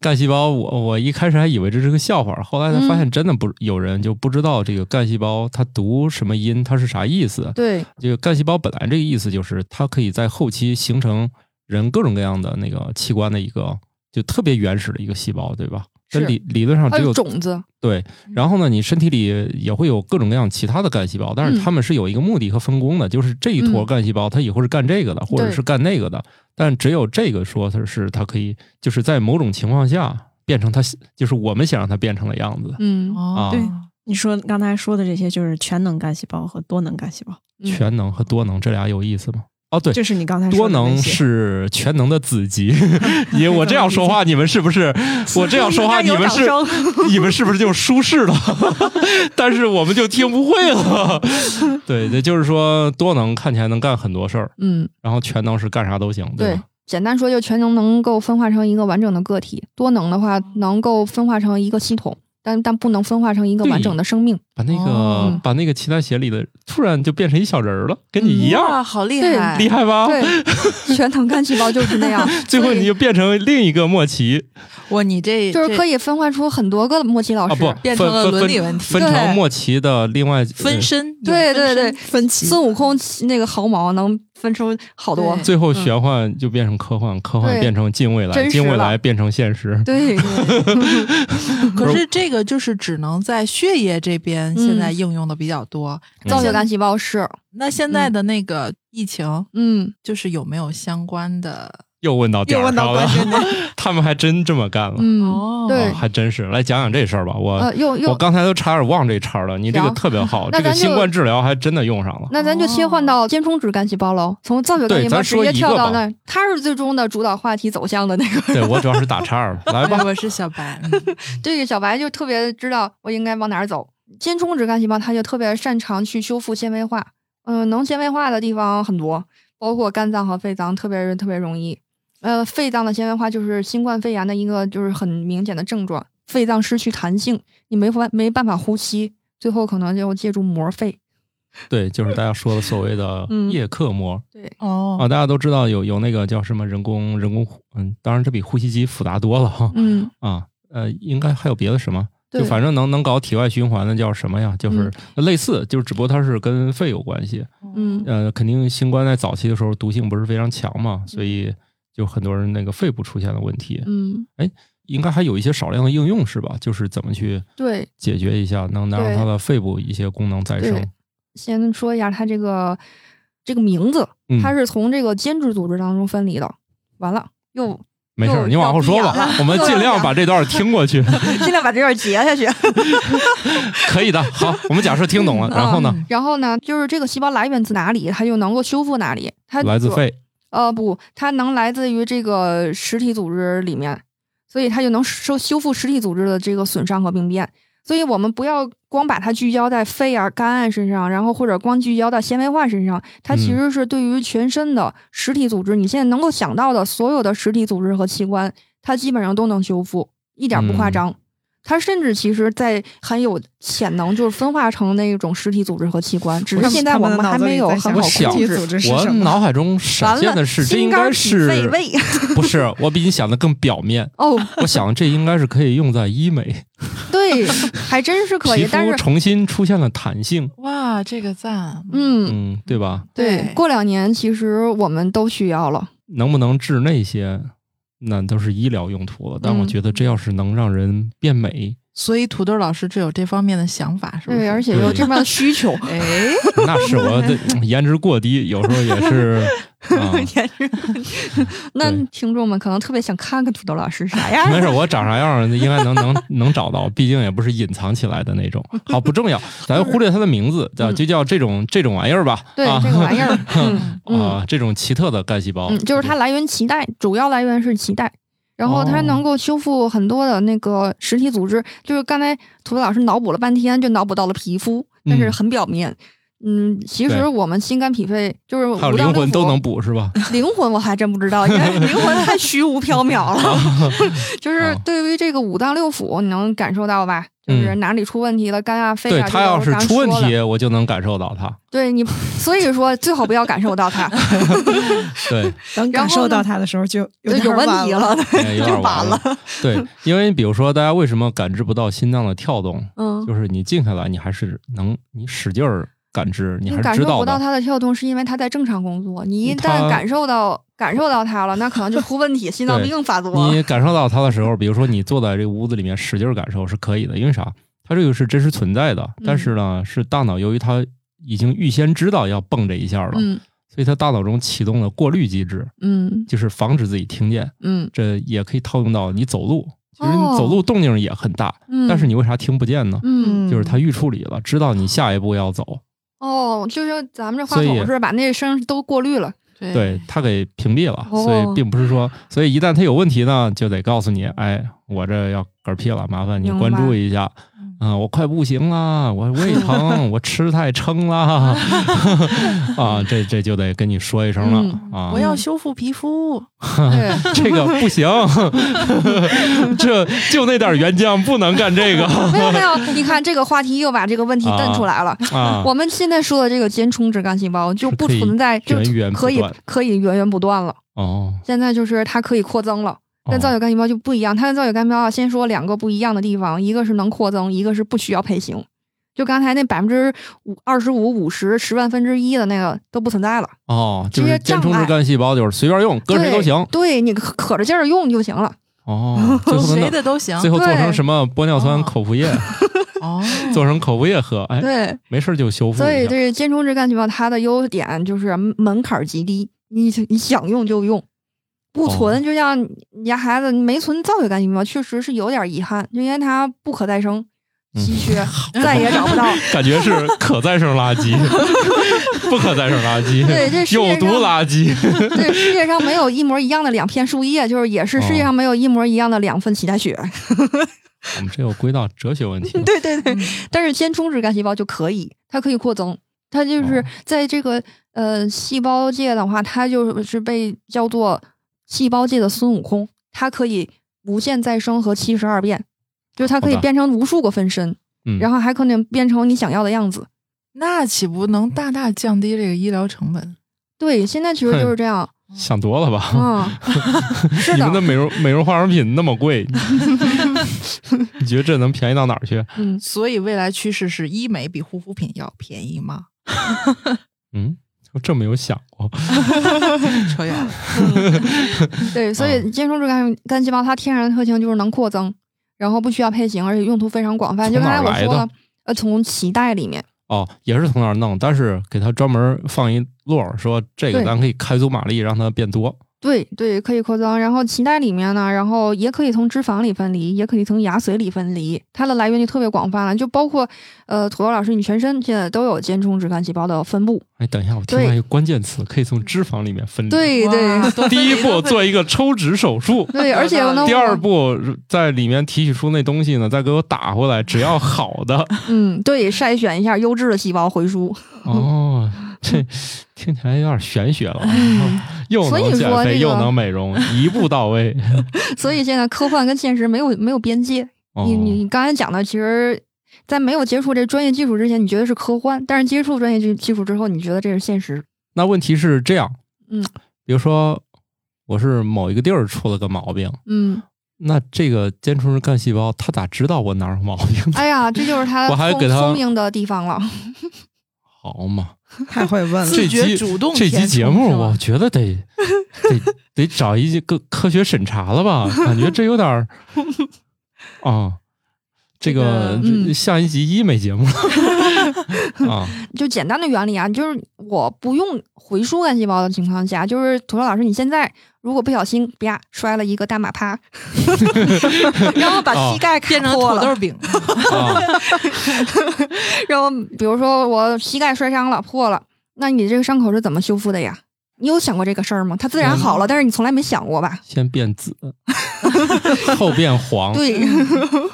Speaker 2: 干细胞，我我一开始还以为这是个笑话，后来才发
Speaker 1: 嗯
Speaker 2: 现真的不、有人就不知道这个干细胞它读什么音，它是啥意思。
Speaker 1: 对，
Speaker 2: 这个干细胞本来这个意思就是它可以在后期形成人各种各样的那个器官的一个就特别原始的一个细胞，对吧？这
Speaker 1: 是
Speaker 2: 理理论上
Speaker 1: 还
Speaker 2: 只
Speaker 1: 有
Speaker 2: 有
Speaker 1: 种子。
Speaker 2: 对，然后呢，你身体里也会有各种各样其他的干细胞，但
Speaker 1: 嗯
Speaker 2: 是它们是有一个目的和分工的，就是这一坨
Speaker 1: 嗯
Speaker 2: 干细胞它以后是干这个的，或者
Speaker 1: 对
Speaker 2: 是干那个的，但只有这个说它是它可以，就是在某种情况下变成它，就是我们想让它变成的样子，
Speaker 1: 嗯，
Speaker 2: 啊，
Speaker 3: 哦
Speaker 5: 对 (laughs) 你说刚才说的这些，就是全能干细胞和多能干细胞。
Speaker 1: 嗯
Speaker 2: 全能和多能这俩有意思吗？哦，对，
Speaker 5: 就是你刚才
Speaker 2: 多
Speaker 5: 说的那
Speaker 2: 能
Speaker 5: 些
Speaker 2: 是全能的子集， (laughs) 也我这样说话，你们是不是？我这样说话，你们是你们是不是就舒适了？ (laughs) 但是我们就听不会了。对，这就是说多能看起来能干很多事儿，
Speaker 1: 嗯，
Speaker 2: 然后全能是干啥都行，
Speaker 1: 对
Speaker 2: 吧？，
Speaker 1: 简单说就全能能够分化成一个完整的个体，多能的话能够分化成一个系统，但但不能分化成一个完整的生命。
Speaker 2: 把那个、
Speaker 1: 哦
Speaker 2: 把那个脐带鞋里的突然就变成一小人儿了，跟你一样。
Speaker 3: 哇，好厉
Speaker 1: 对
Speaker 3: 害！
Speaker 2: 厉害吧？ (laughs)
Speaker 1: 对，全能干细胞就是那样
Speaker 2: 哦，最后你就变成另一个莫奇
Speaker 3: 哇，你这
Speaker 1: 所以就是可
Speaker 3: 以
Speaker 1: 以分化出很多个莫奇老
Speaker 2: 啊，
Speaker 1: 师。
Speaker 2: 不
Speaker 3: 变
Speaker 2: 分
Speaker 3: 成了
Speaker 2: 分
Speaker 3: 伦理
Speaker 2: 分
Speaker 3: 问题
Speaker 2: 分成
Speaker 1: 对
Speaker 2: 莫奇的另外
Speaker 3: 分
Speaker 2: 呃
Speaker 3: 身，
Speaker 1: 对
Speaker 3: 有分
Speaker 1: 对
Speaker 3: 身
Speaker 1: 对，
Speaker 5: 分歧
Speaker 1: 孙悟空那个毫毛能分出好多
Speaker 3: 对。
Speaker 2: 最后玄幻就变成科幻，科
Speaker 1: 嗯
Speaker 2: 幻
Speaker 1: 对
Speaker 2: 变成近未来，
Speaker 1: 真实
Speaker 2: 近未来
Speaker 1: 了
Speaker 2: 变成现实。
Speaker 1: 对，
Speaker 2: (laughs)
Speaker 3: 可是这个就是只能在血液这边现在应用的比较多。
Speaker 1: 造
Speaker 2: 嗯
Speaker 1: 血干细胞是，
Speaker 3: 那现在的那个疫情，
Speaker 1: 嗯，
Speaker 3: 就是有没有相关的？
Speaker 2: 又问到点儿上了， (laughs) 他们还真这么干了，
Speaker 1: 嗯，
Speaker 3: 哦
Speaker 1: 对
Speaker 2: 啊还真是。来讲讲这事儿吧，我
Speaker 1: 呃，又
Speaker 2: 我
Speaker 1: 又，
Speaker 2: 刚才都差点忘这茬儿了，你这个
Speaker 1: 行
Speaker 2: 特别好，
Speaker 1: 那
Speaker 2: 这个
Speaker 1: 咱就
Speaker 2: 新冠治疗还真的用上了。
Speaker 1: 那咱就切换到间充质干细胞喽，从造血干细
Speaker 2: 对
Speaker 1: 胞
Speaker 2: 咱
Speaker 1: 直
Speaker 2: 说
Speaker 1: 接
Speaker 2: 一个
Speaker 1: 跳到
Speaker 2: 吧
Speaker 1: 那，它是最终的主导话题走向的那个。 (laughs)
Speaker 2: 对我主要是打岔儿了，来吧
Speaker 3: 哎，我是小白，嗯
Speaker 1: 这个小白就特别知道我应该往哪儿走。间充质干细胞它就特别擅长去修复纤维化，嗯、能纤维化的地方很多，包括肝脏和肺脏，特别特别容易。呃，肺脏的纤维化就是新冠肺炎的一个就是很明显的症状，肺脏失去弹性，你没法没办法呼吸，最后可能就借助膜肺。
Speaker 2: 对，就是大家说的所谓的
Speaker 1: 嗯
Speaker 2: 叶克膜啊，
Speaker 3: 哦，
Speaker 2: 大家都知道有有那个叫什么人工人工呼，嗯，当然这比呼吸机复杂多了哈
Speaker 1: 嗯，
Speaker 2: 啊，呃，应该还有别的什么？
Speaker 1: 对
Speaker 2: 就，反正能能搞体外循环的叫什么呀？就是类似，就是只不过它是跟肺有关系。
Speaker 1: 嗯
Speaker 2: 呃，肯定新冠在早期的时候毒性不是非常强嘛，所以就很多人那个肺部出现了问题。
Speaker 1: 嗯，
Speaker 2: 应该还有一些少量的应用是吧？就是怎么去
Speaker 1: 对。
Speaker 2: 解决一下，能能让
Speaker 1: 对
Speaker 2: 它的肺部一些功能再生
Speaker 1: 对。先说一下它这个这个名字，
Speaker 2: 嗯，
Speaker 1: 它是从这个间质组织当中分离的。完了，
Speaker 2: (laughs)
Speaker 1: 又
Speaker 2: 没事儿，你往后说吧，我们尽量把这段听过去，
Speaker 1: 尽量把这段截下去。 (laughs)
Speaker 2: 可以的。好，我们假设听懂了，然后呢，
Speaker 1: 然后呢，就是这个细胞来源自哪里，它就能够修复哪里。它
Speaker 2: 来自
Speaker 1: 主
Speaker 2: 肺，
Speaker 1: 呃不，它能来自于这个实体组织里面，所以它就能修修复实体组织的这个损伤和病变。所以我们不要光把它聚焦在肺啊、肝啊身上，然后或者光聚焦到纤维化身上，它其
Speaker 2: 嗯
Speaker 1: 实是对于全身的实体组织，你现在能够想到的所有的实体组织和器官，它基本上都能修复，一点儿不夸
Speaker 2: 嗯
Speaker 1: 张。它甚至其实，在很有潜能，就是分化成那种实体组织和器官，只是现在我们还没有很好
Speaker 2: 我想
Speaker 1: 控制。
Speaker 2: 我脑海中闪现的是，这应该是
Speaker 5: 完了心肝脾肺
Speaker 2: 不是？我比你想的更表面。
Speaker 1: 哦，
Speaker 2: (laughs) 我想这应该是可以用在医美，
Speaker 1: 对，还真是可
Speaker 2: 皮
Speaker 1: 以，但
Speaker 2: 肤
Speaker 1: 是
Speaker 2: 重新出现了弹性，
Speaker 3: 哇，这个赞，
Speaker 1: 嗯，
Speaker 2: 嗯，对吧？
Speaker 1: 对
Speaker 3: 对，
Speaker 1: 过两年其实我们都需要了，
Speaker 2: 能不能治那些，那都是医疗用途了。但我
Speaker 1: 嗯
Speaker 2: 觉得这要是能让人
Speaker 1: (laughs)
Speaker 2: 变美，
Speaker 3: 所以土豆老师只有这方面的想法，是不
Speaker 1: 对，
Speaker 3: 是？
Speaker 1: 而且有
Speaker 2: 对
Speaker 1: 这么的需求，
Speaker 3: 哎， (laughs)
Speaker 2: 那是我的嗯颜值过低，有时候也是
Speaker 1: (laughs)
Speaker 2: 啊。
Speaker 1: 那
Speaker 2: 对。
Speaker 1: 听众们可能特别想看看土豆老师啥样
Speaker 2: (laughs) 没事，我长啥样儿应该能能能找到，毕竟也不是隐藏起来的那种。好，不
Speaker 1: (laughs)
Speaker 2: 重要，咱忽略它的名字，叫就叫这种这种玩意儿吧。
Speaker 1: 嗯对
Speaker 2: 啊
Speaker 1: 这个玩意
Speaker 2: (laughs)
Speaker 1: 儿，嗯嗯
Speaker 2: 啊，这种奇特的干细胞，
Speaker 1: 嗯，就是它来源脐带，主要来源是脐带，然后它
Speaker 2: 哦
Speaker 1: 能够修复很多的那个实体组织。就是刚才土豆老师脑补了半天，就脑补到了皮肤，但是
Speaker 2: 嗯
Speaker 1: 很表面。嗯，其实
Speaker 2: 对
Speaker 1: 我们心肝脾肺就是
Speaker 2: 还有
Speaker 1: 五脏
Speaker 2: 灵
Speaker 1: 六
Speaker 2: 魂
Speaker 1: 腑
Speaker 2: 都能补是吧？
Speaker 1: (laughs) 灵魂我还真不知道，因为灵魂太虚无缥
Speaker 2: (laughs)
Speaker 1: 缈
Speaker 2: 啊
Speaker 1: 了。 (laughs) 就是对于这个五脏六腑，你能感受到吧？就是
Speaker 2: 嗯
Speaker 1: 哪里出问题了，肝啊、肺
Speaker 2: 对
Speaker 1: 啊，这
Speaker 2: 它
Speaker 1: 都
Speaker 2: 要
Speaker 1: 我
Speaker 2: 是
Speaker 1: 刚
Speaker 2: 出问
Speaker 1: 说了
Speaker 2: 题，，我就能感受到它。
Speaker 1: 对你，所以说最好不要感受到
Speaker 2: (laughs)
Speaker 1: 它， (laughs)
Speaker 2: 对，
Speaker 5: (laughs) 等
Speaker 1: 然
Speaker 5: 感
Speaker 1: 后
Speaker 5: 受到
Speaker 1: 呢
Speaker 5: 他的时候就
Speaker 1: 就
Speaker 5: 点
Speaker 1: 有
Speaker 5: 儿
Speaker 1: 问
Speaker 5: 晚
Speaker 1: 题
Speaker 5: 了。
Speaker 1: 了。
Speaker 2: 哎有点
Speaker 1: 就完
Speaker 2: 完了。对，因为比如说，大家为什么感知不到心脏的跳动？
Speaker 1: 嗯，
Speaker 2: 就是你静下来，你还是能，你使劲儿感知，你还
Speaker 1: 感
Speaker 2: 是知
Speaker 1: 受
Speaker 2: 道
Speaker 1: 不到
Speaker 2: 的。
Speaker 1: 它的跳动，是因为它在正常工作。你一
Speaker 2: 它
Speaker 1: 旦感受到感受到它了，那可能就出问题，心脏
Speaker 2: 对
Speaker 1: 病发作。
Speaker 2: 你感受到它的时候，比如说你坐在这个屋子里面使劲儿感受是可以的，因为啥？它这个是真实存在的，
Speaker 1: 嗯
Speaker 2: 但是呢，是大脑由于它已经预先知道要蹦这一下了，
Speaker 1: 嗯
Speaker 2: 所以它大脑中启动了过滤机制，
Speaker 1: 嗯
Speaker 2: 就是防止自己听见。
Speaker 1: 嗯
Speaker 2: 这也可以套用到你走路，其实你
Speaker 1: 哦
Speaker 2: 走路动静也很大，
Speaker 1: 嗯，
Speaker 2: 但是你为啥听不见呢？
Speaker 1: 嗯
Speaker 2: 就是它预处理了，知道你下一步要走，
Speaker 1: 哦，就是咱们这话
Speaker 2: 所以 (laughs)
Speaker 1: 筒是把那声都过滤了。
Speaker 3: 对
Speaker 2: 对他给屏蔽了，
Speaker 1: 哦
Speaker 2: 所以并不是说，所以一旦他有问题呢，就得告诉你，哎，我这要嗝屁了，麻烦你
Speaker 1: 明白嗯
Speaker 2: 关注一下。啊、我快不行啦，我
Speaker 1: (laughs)
Speaker 2: 胃疼，我吃太撑啦， (laughs) 啊，这这就得跟你说一声了、
Speaker 1: 嗯
Speaker 2: 啊。
Speaker 3: 我要修复皮 (laughs) 肤，
Speaker 1: 对，
Speaker 2: 这个
Speaker 1: (laughs)
Speaker 2: 不行， (laughs) 这就那点原浆不能干这个
Speaker 1: (laughs) 没有没
Speaker 2: (laughs)
Speaker 1: 有，你看这个话题又把这个问题瞪出来了。
Speaker 2: 啊。
Speaker 1: 我们现在说的这个间充质干细胞就不存在，
Speaker 2: 是
Speaker 1: 就
Speaker 2: 可以源源不
Speaker 1: 可以
Speaker 2: 断
Speaker 1: 可以源源不断了。
Speaker 2: 哦，
Speaker 1: 现在就是它可以扩增了。但造
Speaker 2: 哦
Speaker 1: 血干细胞就不一样，它跟造血干细胞啊先说两个不一样的地方，一个是能扩增，一个是不需要配型。就刚才那百分之五、二十五、五十、十万分之一的那个都不存在了，
Speaker 2: 哦，就
Speaker 1: 这
Speaker 2: 是
Speaker 1: 些
Speaker 2: 间
Speaker 1: 障
Speaker 2: 充质
Speaker 1: 碍
Speaker 2: 干细胞就是随便用，搁谁都
Speaker 1: 对
Speaker 2: 行。
Speaker 1: 对你可可着劲儿用就行了。 (laughs)
Speaker 2: 哦，最后
Speaker 3: 谁
Speaker 2: 弄
Speaker 3: 的都行。
Speaker 2: 最后做成
Speaker 1: 对
Speaker 2: 什么玻尿酸
Speaker 3: 哦
Speaker 2: 口服液，
Speaker 3: (laughs) 哦，
Speaker 2: 做成口服液喝，哎，
Speaker 1: 对，
Speaker 2: 没事儿就修复
Speaker 1: 所以
Speaker 2: 一下。
Speaker 1: 这间充质干细胞它的优点就是门槛儿极低，你你想用就用，不
Speaker 2: 哦
Speaker 1: 存。就像你家孩子没存造血干细胞，确实是有点遗憾，就因为它不可再生，
Speaker 2: 嗯
Speaker 1: 稀
Speaker 2: (laughs)
Speaker 1: 缺，再也找不到。
Speaker 2: 感觉是可再生垃圾， (laughs) 不可再生垃圾，
Speaker 1: 对这世界
Speaker 2: 有毒垃圾。 (laughs)
Speaker 1: 对，世界上没有一模一样的两片树叶，就是也是世
Speaker 2: 哦
Speaker 1: 界上没有一模一样的两份脐带血。
Speaker 2: 我们这又归到哲学问题了。
Speaker 1: 对 (laughs) 对对，
Speaker 3: 嗯
Speaker 1: 但是间充质干细胞就可以，它可以扩增，它就是
Speaker 2: 哦
Speaker 1: 在这个呃细胞界的话，它就是被叫做细胞界的孙悟空，它可以无限再生和七十二变，就是它可以
Speaker 2: 好的
Speaker 1: 变成无数个分身，
Speaker 2: 嗯，
Speaker 1: 然后还可能变成你想要的样子。
Speaker 3: 那岂不能大大降低这个医疗成本？
Speaker 1: 对，现在其实就是这
Speaker 2: (laughs)
Speaker 1: 样。
Speaker 2: 想多了吧？ (laughs)
Speaker 1: 嗯，是
Speaker 2: 你们
Speaker 1: 的
Speaker 2: 的，美容美容化妆品那
Speaker 1: (laughs)
Speaker 2: 么贵，你觉得这能便宜到哪儿去？
Speaker 1: 嗯，
Speaker 3: 所以未来趋势是医美比护肤品要便宜吗？
Speaker 2: 嗯，我真没有想过。
Speaker 3: 扯远了。
Speaker 1: 对，
Speaker 2: 嗯
Speaker 1: 所以间充质干干细胞它天然的特性就是能扩增，然后不需要配型，而且用途非常广泛。就
Speaker 2: 从
Speaker 1: 刚才
Speaker 2: 哪儿
Speaker 1: 我
Speaker 2: 来
Speaker 1: 说
Speaker 2: 的
Speaker 1: 了，呃，从脐带里面，
Speaker 2: 哦，也是从那儿弄，但是给它专门放一摞儿，说这个
Speaker 1: 对
Speaker 2: 咱可以开足马力让它变多。
Speaker 1: 对对，可以扩增。然后脐带里面呢，然后也可以从脂肪里分离，也可以从牙髓里分离，它的来源就特别广泛了，就包括呃，土豆老师，你全身现在都有间充质干细胞的分布。
Speaker 2: 哎，等一下，我听
Speaker 1: 对
Speaker 2: 到一个关键词，可以从脂肪里面分离。
Speaker 1: 对对，
Speaker 2: (laughs)
Speaker 3: 哇，多分
Speaker 2: 第一步
Speaker 3: 离多分
Speaker 2: 做一个抽脂手术
Speaker 1: (laughs) 对，而且呢，
Speaker 2: 第二
Speaker 1: 我
Speaker 2: 步在里面提取出那东西呢，再给我打回来，只要
Speaker 1: (laughs)
Speaker 2: 好的。
Speaker 1: 嗯，对，筛选一下优质的细胞回输。
Speaker 2: 哦，
Speaker 1: (laughs)
Speaker 2: 这听起来有点玄学了啊，又
Speaker 1: 所以
Speaker 2: 能
Speaker 1: 说
Speaker 2: 减
Speaker 1: 这
Speaker 2: 肥
Speaker 1: 个
Speaker 2: 又能美容，一步
Speaker 1: (laughs)
Speaker 2: 到位。
Speaker 1: 所以现在科幻跟现实没有没有边界。
Speaker 2: 哦
Speaker 1: 你你刚才讲的，其实，在没有接触这专业技术之前，你觉得是科幻；但是接触专业技技术之后，你觉得这是现实。
Speaker 2: 那问题是这样，
Speaker 1: 嗯，
Speaker 2: 比如说我是某一个地儿出了个毛病，
Speaker 1: 嗯，
Speaker 2: 那这个间充质干细胞它咋知道我哪儿有毛病的？
Speaker 1: 哎呀，这就是他
Speaker 2: 我还
Speaker 1: 聪
Speaker 2: 给他
Speaker 1: 聪明的地方了。
Speaker 2: 好嘛，
Speaker 5: 太会问了。
Speaker 2: 这
Speaker 3: 自
Speaker 2: 集
Speaker 3: 觉主动
Speaker 2: 这集
Speaker 3: 填
Speaker 2: 节
Speaker 3: 充
Speaker 2: 目
Speaker 3: 是吗
Speaker 2: 我觉得
Speaker 3: (laughs)
Speaker 2: 得得得找一些个科学审查了吧？感觉这有点
Speaker 3: (laughs)
Speaker 2: 儿啊，这个
Speaker 3: 这个
Speaker 2: 这
Speaker 1: 嗯
Speaker 2: 像一集医美节
Speaker 1: (laughs)
Speaker 2: 目了啊。
Speaker 1: 就简单的原理啊，就是我不用回输干细胞的情况下，就是土豆老师，你现在如果不小心啪摔了一个大马趴， (laughs) 然后把膝盖卡
Speaker 3: 变成
Speaker 1: 破
Speaker 3: 土
Speaker 1: 了，
Speaker 3: 豆 (laughs) 饼，
Speaker 2: 啊
Speaker 1: (laughs) 然后比如说我膝盖摔伤了破了，那你这个伤口是怎么修复的呀？你有想过这个事儿吗？它自然好了，但是你从来没想过吧？
Speaker 2: 先变紫，后变黄，
Speaker 1: 对，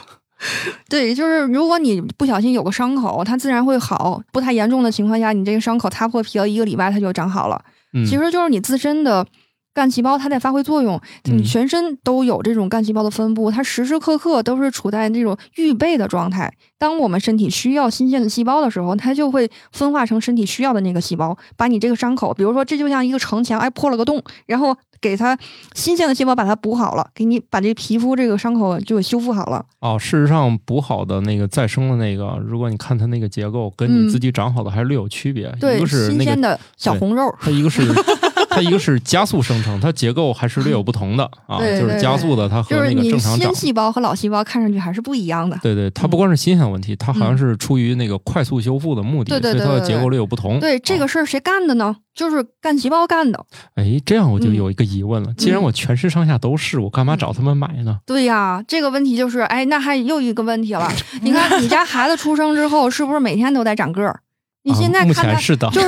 Speaker 1: (laughs) 对，就是如果你不小心有个伤口，它自然会好。不太严重的情况下，你这个伤口擦破皮了一个礼拜，它就长好了。
Speaker 2: 嗯
Speaker 1: 其实就是你自身的干细胞它在发挥作用，
Speaker 2: 嗯
Speaker 1: 你全身都有这种干细胞的分布，它时时刻刻都是处在那种预备的状态。当我们身体需要新鲜的细胞的时候，它就会分化成身体需要的那个细胞，把你这个伤口，比如说这就像一个城墙，哎破了个洞，然后给它新鲜的细胞把它补好了，给你把这皮肤这个伤口就给修复好了。
Speaker 2: 哦，事实上补好的那个再生的那个，如果你看它那个结构，跟
Speaker 1: 嗯
Speaker 2: 你自己长好的还是略有区别。一
Speaker 1: 对，
Speaker 2: 个是
Speaker 1: 新
Speaker 2: 那
Speaker 1: 鲜
Speaker 2: 个
Speaker 1: 的小红肉。
Speaker 2: 它一
Speaker 1: (laughs)
Speaker 2: 个是它一个是加速生成，它结构还是略有不同的
Speaker 1: (laughs)
Speaker 2: 啊，
Speaker 1: 对
Speaker 2: 就是
Speaker 1: 对
Speaker 2: 加速的它和
Speaker 1: 就是
Speaker 2: 那个
Speaker 1: 你
Speaker 2: 正常
Speaker 1: 新。
Speaker 2: 长
Speaker 1: 细胞和老细胞看上去还是不一样的，
Speaker 2: 对对，它不光是新鲜问题，它好像
Speaker 1: 嗯
Speaker 2: 是出于那个快速修复的目的，
Speaker 1: 对对对
Speaker 2: 所以它的
Speaker 1: 对
Speaker 2: 结
Speaker 1: 对
Speaker 2: 构略有不同。
Speaker 1: 对这
Speaker 2: 啊
Speaker 1: 个事儿谁干的呢？就是干细胞干的。
Speaker 2: 哎，这样我就
Speaker 1: 嗯
Speaker 2: 有一个疑问了：既然
Speaker 1: 嗯
Speaker 2: 我全身上下都是，我干嘛找他们买呢？
Speaker 1: 对呀，这个问题就是，哎，那还又一个问题了。你看，你家孩子出生之后，是不是每天都在长个儿？你现在
Speaker 2: 啊目
Speaker 1: 看他、
Speaker 2: 前是的，
Speaker 1: 就是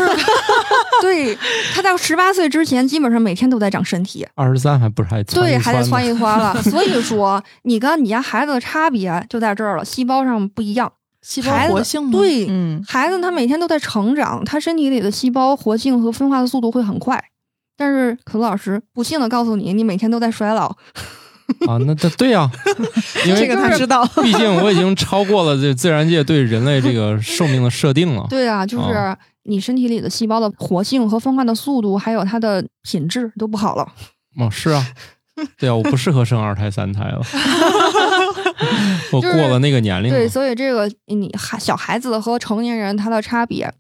Speaker 1: (laughs) 对他到十八岁之前，基本上每天都在长身体，
Speaker 2: 二十三还不是还
Speaker 1: 对，还得窜
Speaker 2: 一
Speaker 1: 一窜
Speaker 2: (laughs)
Speaker 1: 了。所以说，你跟你家孩子的差别就在这儿了，细胞上不一样。
Speaker 3: 细
Speaker 1: 孩
Speaker 3: 胞
Speaker 1: 子
Speaker 3: 活性吗？，
Speaker 1: 对、
Speaker 5: 嗯，
Speaker 1: 孩子，他每天都在成长，他身体里的细胞活性和分化的速度会很快。但是，可乐老师不幸的告诉你，你每天都在衰老。
Speaker 2: 啊？那这对
Speaker 1: (laughs)
Speaker 2: 呀、因为
Speaker 5: 这个他知道，
Speaker 2: 毕竟我已经超过了这自然界对人类这个寿命的设定了。
Speaker 1: 对啊，就是
Speaker 2: 哦
Speaker 1: 你身体里的细胞的活性和分化的速度，还有它的品质都不好了。
Speaker 2: 哦，
Speaker 1: (laughs)
Speaker 2: 是啊，对啊，我不适合生二胎、三胎了，我
Speaker 1: 就
Speaker 2: 过
Speaker 1: 是
Speaker 2: 了那个年龄了。
Speaker 1: 对，所以这个你孩小孩子和成年人他的差别，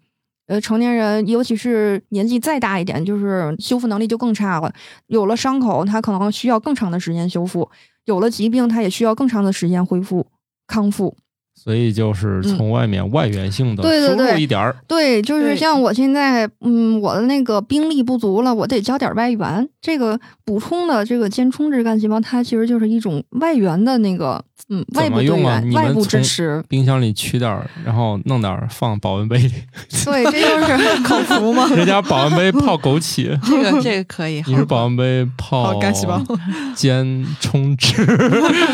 Speaker 1: 呃，成年人尤其是年纪再大一点，就是修复能力就更差了。有了伤口，他可能需要更长的时间修复；有了疾病，他也需要更长的时间恢复康复。
Speaker 2: 所以就是从外面外源性的
Speaker 1: 嗯对对
Speaker 2: 输
Speaker 1: 对
Speaker 2: 入一点儿，
Speaker 1: 对，就是
Speaker 5: 对
Speaker 1: 像我现在，嗯，我的那个兵力不足了，我得交点外援。这个补充的这个间充质干细胞，它其实就是一种外援的那个，嗯，外
Speaker 2: 怎
Speaker 1: 部
Speaker 2: 么
Speaker 1: 队
Speaker 2: 用啊？
Speaker 1: 员、
Speaker 2: 你
Speaker 1: 外
Speaker 2: 们
Speaker 1: 部支
Speaker 2: 从。
Speaker 1: 持
Speaker 2: 冰箱里取点儿，然后弄点儿放保温杯里，
Speaker 1: 对，这就是
Speaker 2: (laughs)
Speaker 5: 口服吗？
Speaker 2: 人家保温杯泡
Speaker 1: (laughs)
Speaker 2: 枸杞，
Speaker 3: (laughs) 这个这个可以。
Speaker 2: 你是保温杯泡
Speaker 5: 好干细
Speaker 2: (laughs)
Speaker 5: 胞，
Speaker 2: 间充值，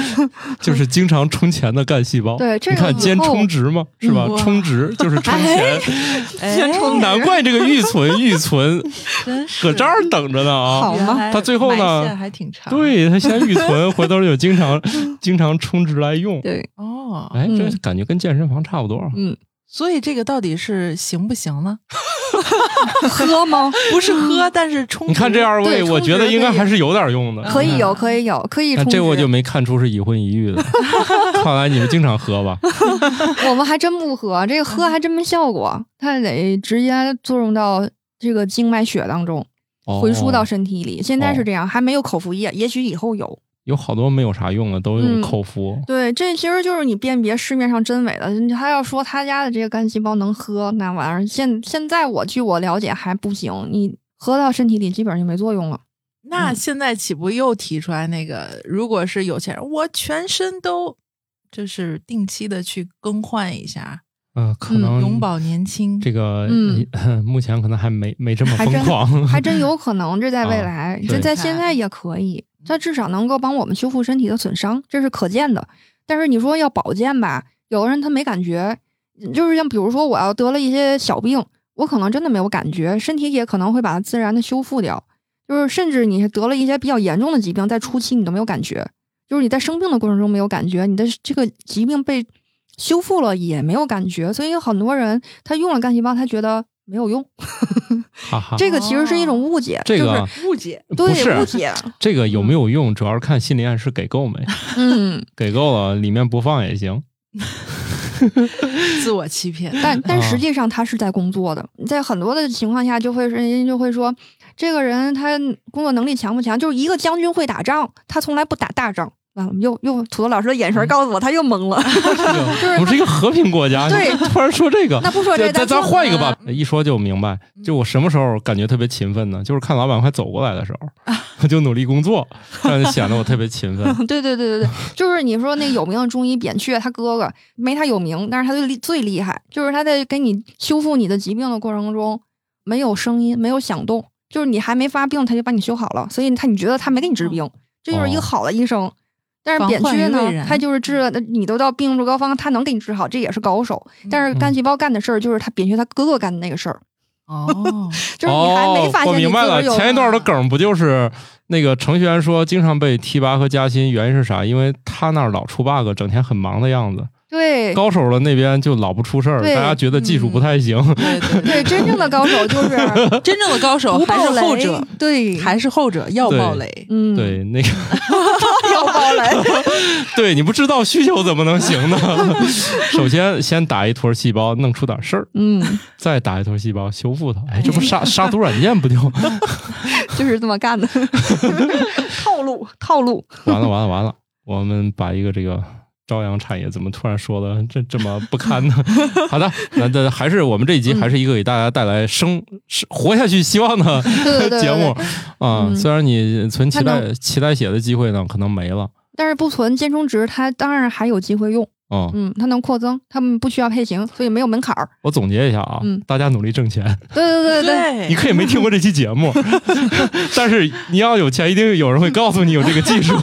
Speaker 2: (laughs) 就是经常充钱的干细胞。
Speaker 1: 对这个
Speaker 2: 你看
Speaker 1: 以
Speaker 2: 间
Speaker 1: 后
Speaker 2: 充值嘛，是吧
Speaker 3: 嗯？哇
Speaker 2: 充值就是充 (laughs) 钱，
Speaker 5: 哎，
Speaker 2: 难怪这个
Speaker 1: (laughs)
Speaker 2: 预存预存
Speaker 3: 真是
Speaker 2: 搁这儿等着呢啊！
Speaker 1: 好吗
Speaker 3: 原来
Speaker 2: 他最后呢
Speaker 3: 埋线还挺长。
Speaker 2: 对他先预存，回头就
Speaker 1: (laughs)
Speaker 2: 经常经常充值来用。
Speaker 1: 嗯对，
Speaker 3: 哦，
Speaker 2: 哎，这
Speaker 1: 嗯
Speaker 2: 感觉跟健身房差不多啊。
Speaker 1: 嗯，
Speaker 3: 所以这个到底是行不行 (laughs) 呢？
Speaker 1: 喝
Speaker 2: (laughs)
Speaker 1: 吗？
Speaker 3: 不是喝，但是充。
Speaker 2: 你看这嗯二
Speaker 1: 对
Speaker 2: 位，我
Speaker 1: 充
Speaker 2: 觉得
Speaker 1: 值
Speaker 2: 应
Speaker 1: 可
Speaker 2: 该
Speaker 1: 以
Speaker 2: 还是有点用的。
Speaker 1: 可以有，可以有，可以
Speaker 2: 嗯那
Speaker 1: 充值。
Speaker 2: 这我就没看出是已婚已育
Speaker 1: (laughs)
Speaker 2: 的，看来你们经常喝吧？
Speaker 1: 我们还真不喝，这个喝还真没效果，它得直接作用到这个经脉血当中，(laughs)
Speaker 2: 哦
Speaker 1: 回输到身体里。现在是
Speaker 2: 哦
Speaker 1: 这样，还没有口服液，也许以后有。
Speaker 2: 有好多没有啥用的，都
Speaker 1: 嗯
Speaker 2: 用口服。
Speaker 1: 对，这其实就是你辨别市面上真伪的。你还要说他家的这个干细胞能喝那玩意儿，现现在我据我了解还不行，你喝到身体里基本上就没作用了。
Speaker 3: 那现在岂不又提出来那个？如果是有钱人，我全身都就是定期的去更换一下，
Speaker 2: 嗯，可
Speaker 1: 嗯
Speaker 2: 能
Speaker 3: 永葆年轻。
Speaker 2: 这个、
Speaker 1: 嗯
Speaker 2: 呃 (laughs) 目前可能还没没这么
Speaker 1: 还
Speaker 2: 疯
Speaker 1: 真
Speaker 2: (laughs) 狂，
Speaker 1: 还真有可能，这在未
Speaker 2: 啊
Speaker 1: 来，
Speaker 2: 对
Speaker 1: 这在现在也可以，它至少能够帮我们修复身体的损伤，这是可见的。但是你说要保健吧，有的人他没感觉，就是像比如说我要得了一些小病，我可能真的没有感觉，身体也可能会把它自然的修复掉。就是甚至你得了一些比较严重的疾病，在初期你都没有感觉，就是你在生病的过程中没有感觉，你的这个疾病被修复了也没有感觉，所以有很多人他用了干细胞，他觉得没有用。 (laughs)
Speaker 2: 哈哈。
Speaker 1: 这个其实是一种误解，
Speaker 2: 啊这个啊
Speaker 1: 就是
Speaker 3: 误解，
Speaker 2: 不
Speaker 1: 对误
Speaker 2: 是 (laughs)
Speaker 1: 解，
Speaker 2: 这个有没有用，主要是看心理暗示给够没，
Speaker 1: 嗯，
Speaker 2: 给够了里面不放也 (laughs) 行。
Speaker 3: 自我欺 (laughs) 骗。
Speaker 2: (laughs)
Speaker 1: 但但
Speaker 2: 啊
Speaker 1: 实际上他是在工作的，在很多的情况下就会人家就会说，这个人他工作能力强不强？就是一个将军会打仗，他从来不打大仗。啊，又又土豆老师的眼神
Speaker 2: 嗯
Speaker 1: 告诉我，他又懵了。 (laughs)
Speaker 2: 这个我们是一个和平国家，
Speaker 1: 对
Speaker 2: 你突然说这个，
Speaker 1: 那不说这，
Speaker 2: 咱咱
Speaker 1: 说
Speaker 2: 换一个吧。一说就明白，
Speaker 1: 嗯
Speaker 2: 就我什么时候感觉特别勤奋呢？就是看老板快走过来的时候，
Speaker 1: (laughs)
Speaker 2: 我就努力工作，这样就显得我特别勤奋。
Speaker 1: 对对对对对，就是你说那个有名的中医扁鹊，他哥哥没他有名，但是他最厉最厉害，就是他在给你修复你的疾病的过程中，没有声音，没有响动，就是你还没发病，他就把你修好了，所以他你觉得他没给你治病，这就是一个
Speaker 2: 哦
Speaker 1: 好的医生。但是扁
Speaker 3: 防患于
Speaker 1: 鹊
Speaker 3: 未
Speaker 1: 呢，
Speaker 3: 然
Speaker 1: 他就是治
Speaker 2: 嗯
Speaker 1: 了你都到病入膏肓，他能给你治好，这也是高手。但
Speaker 2: 嗯
Speaker 1: 是干细胞干的事儿，就是他扁鹊他哥哥干的那个事儿，
Speaker 3: 哦，
Speaker 1: (laughs) 就是你还没发
Speaker 2: 哦、
Speaker 1: 现
Speaker 2: 我
Speaker 1: 你自
Speaker 2: 明白了，
Speaker 1: 己有。
Speaker 2: 前一段的梗不就是那个程序员说经常被提拔和加薪，原因是啥？因为他那儿老出 bug，整天很忙的样子。
Speaker 1: 对
Speaker 2: 高手的那边就老不出事儿，
Speaker 1: 对
Speaker 2: 大家觉得技术不太行。
Speaker 3: 对对
Speaker 1: 对，真正的高手就是
Speaker 2: (laughs)
Speaker 3: 真正的高手
Speaker 1: 不
Speaker 3: 还
Speaker 1: 爆
Speaker 3: 是
Speaker 1: 雷，
Speaker 3: 后者，
Speaker 1: 对，
Speaker 3: 还是后者要
Speaker 2: 对
Speaker 3: 爆雷。
Speaker 1: 嗯，
Speaker 2: 对， (laughs) 那个，
Speaker 1: 要爆雷。
Speaker 2: (laughs) 对，你不知道需求怎么
Speaker 1: (laughs)
Speaker 2: 能行呢？首先，先打一坨细胞，弄出点事儿，
Speaker 1: 嗯， (laughs)
Speaker 2: 再打一坨细胞修复它。哎，这不杀杀毒软件不就
Speaker 1: 就是这么干的， (laughs) 套路套路。
Speaker 2: 完了完了完了？我们把一个这个朝阳产业怎么突然说的这这么不
Speaker 1: (laughs)
Speaker 2: 堪呢？好的，那那还是我们这一集还是一个给大家带来生是活下去希望的
Speaker 1: 对对对对
Speaker 2: 节目
Speaker 1: 对
Speaker 2: 啊。
Speaker 1: 嗯
Speaker 2: 虽然你存脐
Speaker 1: 它
Speaker 2: 带脐带血的机会呢可能没了。
Speaker 1: 但是不存间充值，它当然还有机会用。
Speaker 2: 哦，
Speaker 1: 嗯，它能扩增，它们不需要配型，所以没有门槛儿。
Speaker 2: 我总结一下啊，
Speaker 1: 嗯
Speaker 2: 大家努力挣钱。
Speaker 1: 对对对对，
Speaker 2: 你可以没听过这期
Speaker 1: (laughs)
Speaker 2: 节目，但是你要有钱，一定有人会告诉你有这个
Speaker 1: (laughs)
Speaker 2: 技术。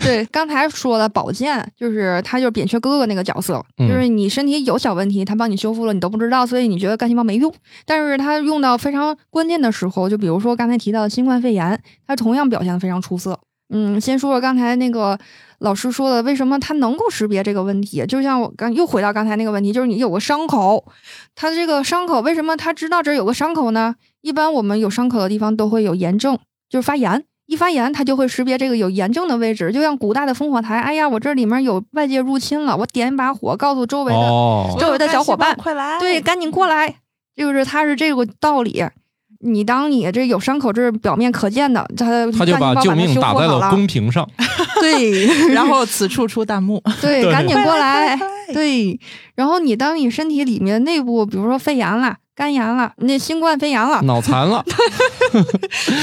Speaker 1: 对，刚才说了保健，就是他就是扁鹊哥哥那个角色，
Speaker 2: 嗯
Speaker 1: 就是你身体有小问题，他帮你修复了，你都不知道，所以你觉得干细胞没用。但是他用到非常关键的时候，就比如说刚才提到的新冠肺炎，他同样表现得非常出色。嗯，先说说刚才那个老师说的，为什么他能够识别这个问题？就像我刚又回到刚才那个问题，就是你有个伤口，他这个伤口为什么他知道这儿有个伤口呢？一般我们有伤口的地方都会有炎症，就是发炎。一发炎，它就会识别这个有炎症的位置，就像古代的烽火台。哎呀，我这里面有外界入侵了，我点一把火，告诉周围的，
Speaker 2: 哦，
Speaker 1: 周围的小伙伴
Speaker 3: 快来！
Speaker 1: 对，赶紧过来，就是它是这个道理。你当你这有伤口，这是表面可见的，它
Speaker 2: 他就把
Speaker 1: 把
Speaker 2: 救命打在了
Speaker 1: 公
Speaker 2: 公
Speaker 1: (laughs)
Speaker 2: 屏上。 (laughs)
Speaker 1: 对
Speaker 3: (laughs)
Speaker 1: (laughs)
Speaker 3: 然后此处出弹幕，
Speaker 1: 对，
Speaker 2: 对
Speaker 1: 赶紧过
Speaker 3: (laughs)
Speaker 1: 来，
Speaker 3: 快快
Speaker 1: 对。然后你当你身体里面内部，比如说肺炎了、肝炎了、那新冠肺炎了，
Speaker 2: 脑
Speaker 1: (laughs)
Speaker 2: 残了，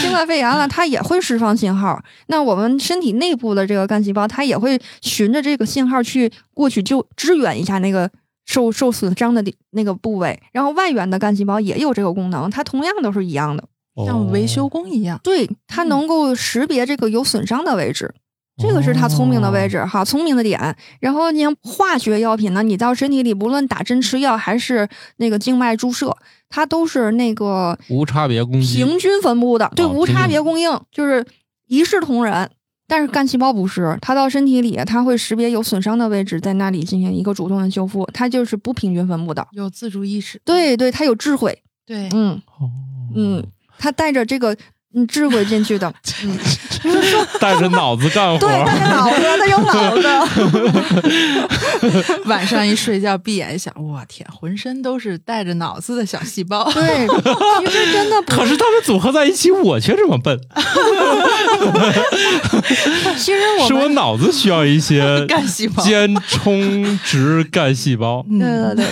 Speaker 1: 新冠肺炎了，它也会释放信号。那我们身体内部的这个干细胞，它也会循着这个信号去过去就支援一下那个受受损伤的地那个部位。然后外缘的干细胞也有这个功能，它同样都是一样的。
Speaker 3: 像
Speaker 2: 哦
Speaker 3: 维修工一样。
Speaker 1: 对，它能够识别这个有损伤的位置。这个是它聪明的
Speaker 2: 哦
Speaker 1: 位置哈，聪明的点。然后你像化学药品呢，你到身体里不论打针吃药还是那个静脉注射，它都是那个
Speaker 2: 无差别攻击。
Speaker 1: 平均分布的，对，
Speaker 2: 啊
Speaker 1: 无
Speaker 2: 平
Speaker 1: 差
Speaker 2: 均
Speaker 1: 别供应，就是一视同仁。但是干细胞不是，它到身体里，它会识别有损伤的位置，在那里进行一个主动的修复，它就是不平均分布的。
Speaker 3: 有自主意识，
Speaker 1: 对对，它有智慧，
Speaker 3: 对， (laughs)
Speaker 1: 嗯
Speaker 2: 哦
Speaker 1: 嗯，，它带着这个嗯智慧进去的，嗯，
Speaker 2: (laughs) 带着脑子干活
Speaker 1: (laughs) 对，
Speaker 2: 儿。
Speaker 1: 带
Speaker 2: (laughs)
Speaker 1: 着脑子，它有脑子。。
Speaker 3: 晚上一睡觉闭眼一想，我天，浑身都是带着脑子的小细胞
Speaker 1: (laughs) (laughs) 对，其实真的不
Speaker 2: 可是他们组合在一起，我却这么笨，
Speaker 1: 其实哎我
Speaker 2: 是我
Speaker 1: 们
Speaker 2: 脑子需要
Speaker 1: (laughs)
Speaker 2: 一些
Speaker 3: 干细胞
Speaker 2: 兼充值干细胞。
Speaker 1: 对对对，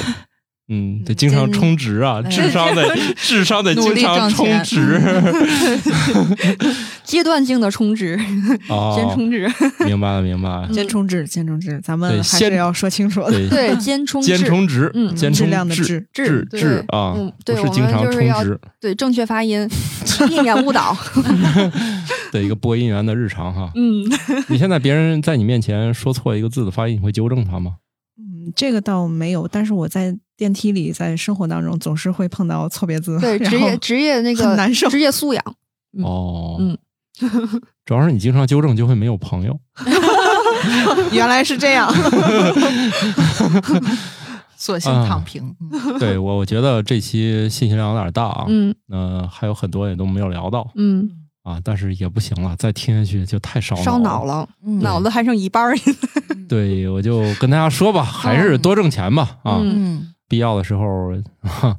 Speaker 2: 嗯，得经常充值啊，
Speaker 3: 嗯
Speaker 2: 智商
Speaker 1: (laughs)
Speaker 2: 得智商得
Speaker 3: 努
Speaker 2: 经
Speaker 3: 力
Speaker 2: 常
Speaker 3: 挣
Speaker 2: 充
Speaker 3: 钱
Speaker 2: 值
Speaker 1: 阶段性的充值，先
Speaker 2: 哦，
Speaker 1: 充值，
Speaker 2: (laughs) 明白了，明白了。
Speaker 5: (laughs) 先充值，先充值，咱们
Speaker 2: 对
Speaker 5: 还
Speaker 2: 先
Speaker 5: 是要说清楚的。
Speaker 2: 对，
Speaker 1: 对，兼充
Speaker 2: (laughs) 兼
Speaker 1: 值，
Speaker 2: 充值，
Speaker 1: 嗯
Speaker 2: 兼
Speaker 5: 质
Speaker 2: 充
Speaker 5: 量的
Speaker 2: 质
Speaker 5: 质
Speaker 2: 质
Speaker 1: 对
Speaker 2: 质啊，
Speaker 1: 嗯
Speaker 2: 不
Speaker 1: 对
Speaker 2: 是
Speaker 1: 我们
Speaker 2: 经常
Speaker 1: 就是
Speaker 2: 充
Speaker 1: 要 (laughs)
Speaker 2: 值
Speaker 1: 对，正确发音，避免误导，。
Speaker 2: 的一个播音员的日常哈
Speaker 1: (laughs) 嗯。
Speaker 2: 你现在别人在你面前说错一个字的发音，你会纠正他吗？
Speaker 5: 嗯，这个倒没有，但是我在电梯里，在生活当中总是会碰到错别字，
Speaker 1: 对
Speaker 5: 然
Speaker 1: 职
Speaker 5: 后
Speaker 1: 业职业那
Speaker 5: 很
Speaker 1: 个
Speaker 5: 难受
Speaker 1: 职业素养，嗯
Speaker 2: 哦，
Speaker 1: 嗯，
Speaker 2: 主要是你经常纠正，就会没有朋
Speaker 1: (laughs)
Speaker 2: 友。
Speaker 5: 原来是这样。
Speaker 3: 索性躺平。嗯
Speaker 2: 对我，我觉得这期信息量有点大啊，
Speaker 1: 嗯
Speaker 2: 呃，还有很多也都没有聊到
Speaker 1: 嗯，
Speaker 2: 啊，但是也不行了，再听下去就太烧
Speaker 1: 烧
Speaker 2: 脑
Speaker 1: 脑。了，
Speaker 3: 嗯
Speaker 1: 脑子还剩一半儿。
Speaker 2: 对，我就跟大家说吧，还是多挣钱吧啊，
Speaker 1: 哦嗯
Speaker 3: 嗯，
Speaker 2: 必要的时候， (laughs) 哈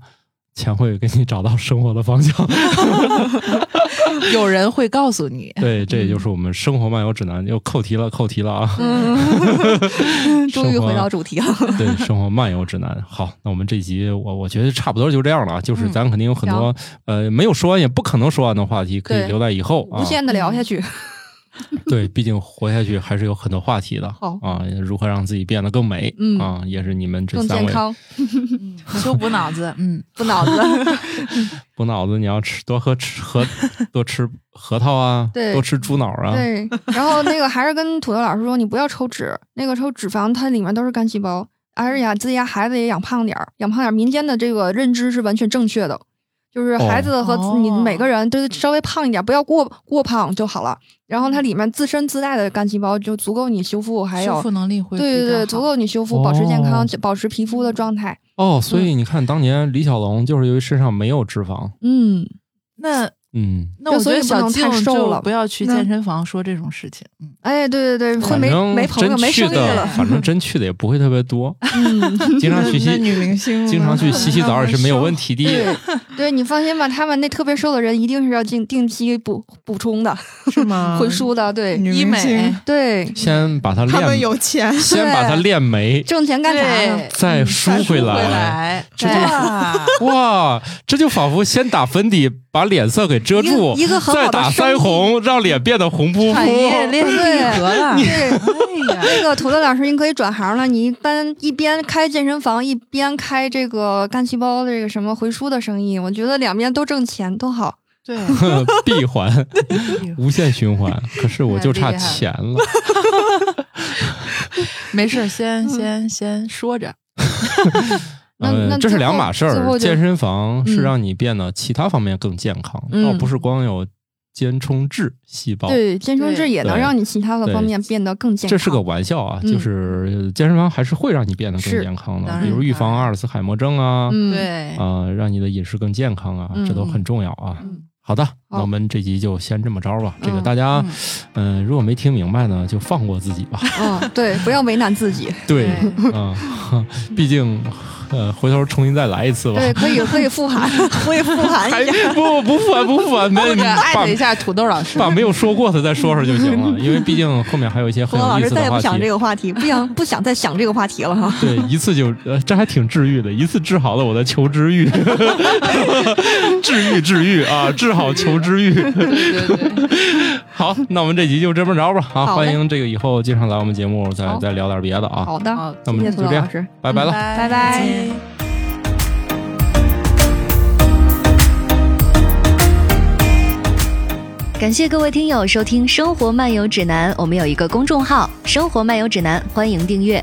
Speaker 2: 钱会给你找到生活的方
Speaker 1: (laughs)
Speaker 2: 向。
Speaker 3: 嗯有人会告诉你，
Speaker 2: 对，这也就是我们生活漫游指南，又扣题了，扣题了啊！
Speaker 1: 嗯， (laughs) 终于
Speaker 2: 生活
Speaker 1: 回到主题了。
Speaker 2: 对，生活漫游指南。好，那我们这集我我觉得差不多就这样了啊，就是
Speaker 3: 嗯
Speaker 2: 咱肯定有很多、呃没有说完也不可能说完的话题，可以
Speaker 1: 对
Speaker 2: 留在以后啊
Speaker 1: 无。限的聊下去，
Speaker 2: 对，毕竟活下去还是有很多话题的。
Speaker 1: 好
Speaker 2: 啊，如何让自己变得更美？
Speaker 1: 嗯
Speaker 2: 啊，也是你们这
Speaker 1: 更
Speaker 2: 三
Speaker 1: 健
Speaker 2: 位
Speaker 1: 康，
Speaker 3: 修补脑子。嗯，
Speaker 1: 补脑子。
Speaker 2: 补脑子，你要吃多喝吃
Speaker 1: (laughs)
Speaker 2: 核多吃核桃啊，
Speaker 1: 对
Speaker 2: 多吃猪脑啊。
Speaker 1: 对，然后那个还是跟土豆老师说，你不要抽脂，那个抽脂肪它里面都是干细胞。而且自己家孩子也养胖点儿，养胖点儿。民间的这个认知是完全正确的，就是孩子和
Speaker 3: 哦
Speaker 1: 你每个人都稍微胖一点，不要过过胖就好了。然后它里面自身自带的干细胞就足够你修复， (laughs) 还有
Speaker 3: 修复能力会
Speaker 1: 对对对，足够你修复，保持健康，保持皮肤的状态。
Speaker 2: 哦，所以你看，当年李小龙就是由于身上没有脂肪，
Speaker 1: 嗯，
Speaker 3: 那
Speaker 2: 嗯，
Speaker 3: 那我觉得小静
Speaker 1: 就所以不能太瘦了
Speaker 3: 就不要去健身房说这种事情。嗯，
Speaker 1: 哎，对对对，会
Speaker 2: 反
Speaker 1: 没
Speaker 2: 正
Speaker 1: 没朋友
Speaker 2: 真
Speaker 1: 没
Speaker 2: 去
Speaker 1: 生意
Speaker 2: 的，
Speaker 1: 了。
Speaker 2: 反正真去的也不会特别
Speaker 1: (laughs)
Speaker 2: 多，
Speaker 1: 嗯，
Speaker 2: 经常去
Speaker 5: 那
Speaker 2: 洗，
Speaker 5: 女明星呢
Speaker 2: 经常去洗洗澡也是没有问题
Speaker 1: (laughs)
Speaker 2: 的。
Speaker 1: 对对，你放心吧，他们那特别瘦的人一定是要定定期补补充的，
Speaker 5: 是
Speaker 2: 嗯
Speaker 5: 吗？
Speaker 1: 会输的。对
Speaker 5: 女
Speaker 3: 医
Speaker 5: 明
Speaker 3: 美
Speaker 5: 星，
Speaker 1: 对，
Speaker 2: 先把它
Speaker 5: 他们
Speaker 2: 练，
Speaker 5: 有钱，
Speaker 2: 先把它练没，
Speaker 1: 挣钱干啥呀？
Speaker 2: 再梳
Speaker 3: 再
Speaker 2: 回
Speaker 3: 回
Speaker 2: 来。
Speaker 3: 来，
Speaker 1: 这就
Speaker 3: 哇
Speaker 2: 哇，这就仿佛先打粉底，把脸色给遮住，
Speaker 1: 一个一个很好
Speaker 2: 再
Speaker 1: 的
Speaker 2: 打
Speaker 1: 生意
Speaker 2: 腮红，让脸变得红扑扑。
Speaker 5: 产业
Speaker 3: 哦
Speaker 5: 链闭合
Speaker 1: 哎
Speaker 5: 了，
Speaker 1: 对，这个土豆老师您可以转行了，你一般一边开健身房，一边开这个干细胞的这个什么回输的生意，我觉得两边都挣钱，多好。
Speaker 3: 对，
Speaker 2: (laughs) 闭环，无限循环。可是我就差钱了。
Speaker 3: 没事儿，先先先说着，
Speaker 1: 那那
Speaker 2: 嗯，这是两码事
Speaker 1: 最
Speaker 2: 儿。
Speaker 1: 后就
Speaker 2: 健身房
Speaker 1: 嗯
Speaker 2: 是让你变得其他方面更健康，
Speaker 1: 嗯
Speaker 2: 倒不是光有间充质细胞。
Speaker 1: 对，健身制也能
Speaker 2: 对
Speaker 1: 让你其他的
Speaker 2: 对
Speaker 1: 方面变得更健康。
Speaker 2: 这是个玩笑啊，
Speaker 1: 嗯
Speaker 2: 就是健身房还是会让你变得更
Speaker 1: 是
Speaker 2: 健康
Speaker 3: 当
Speaker 2: 的，
Speaker 3: 然
Speaker 2: 比如预
Speaker 3: 当
Speaker 2: 防
Speaker 3: 然
Speaker 2: 阿尔茨海默症啊，
Speaker 1: 嗯，
Speaker 3: 对，
Speaker 2: 啊、让你的饮食更健康啊，这都很重要啊。
Speaker 3: 嗯
Speaker 2: 好的，那我们这集就先这么着吧。这个
Speaker 1: 嗯
Speaker 2: 大家
Speaker 3: 嗯，
Speaker 2: 嗯、如果没听明白呢，就放过自己
Speaker 1: (laughs)
Speaker 2: 吧。
Speaker 1: 嗯，对，不要为难自己。
Speaker 2: 对，啊、 (laughs) 毕竟，呃，回头重新再来一次吧。
Speaker 1: 对，可以可以 (laughs) 复盘，我也复 (laughs) 盘
Speaker 2: 还不不不反不
Speaker 1: (laughs)
Speaker 2: 反，没
Speaker 3: 或
Speaker 2: 你
Speaker 3: 者艾
Speaker 2: 把
Speaker 3: 特一下土豆老师，
Speaker 2: 把没有说过的再说说就行了，因为毕竟后面还有一些很有意思的话题。
Speaker 1: 个话题，不想不想再想这个话题了哈。
Speaker 2: 对，一次就呃，这还挺治愈的，一次治好了我的求知欲， (laughs) 治愈治愈啊，治好求知欲。
Speaker 3: 对对对，
Speaker 2: (laughs) 好，那我们这集就这么着吧啊，
Speaker 1: 好嘞
Speaker 2: 欢迎这个以后经常来我们节目，再
Speaker 1: 好
Speaker 2: 再聊点别的啊，
Speaker 1: 好的，
Speaker 3: 好，
Speaker 2: 那我
Speaker 1: 谢
Speaker 2: 们
Speaker 1: 谢
Speaker 2: 就
Speaker 1: 土豆老
Speaker 2: 这样，
Speaker 1: 师。嗯
Speaker 2: 拜拜了。
Speaker 1: 拜拜
Speaker 3: 再见
Speaker 4: 感谢各位听友收听《生活漫游指南》，我们有一个公众号《生活漫游指南》，欢迎订阅。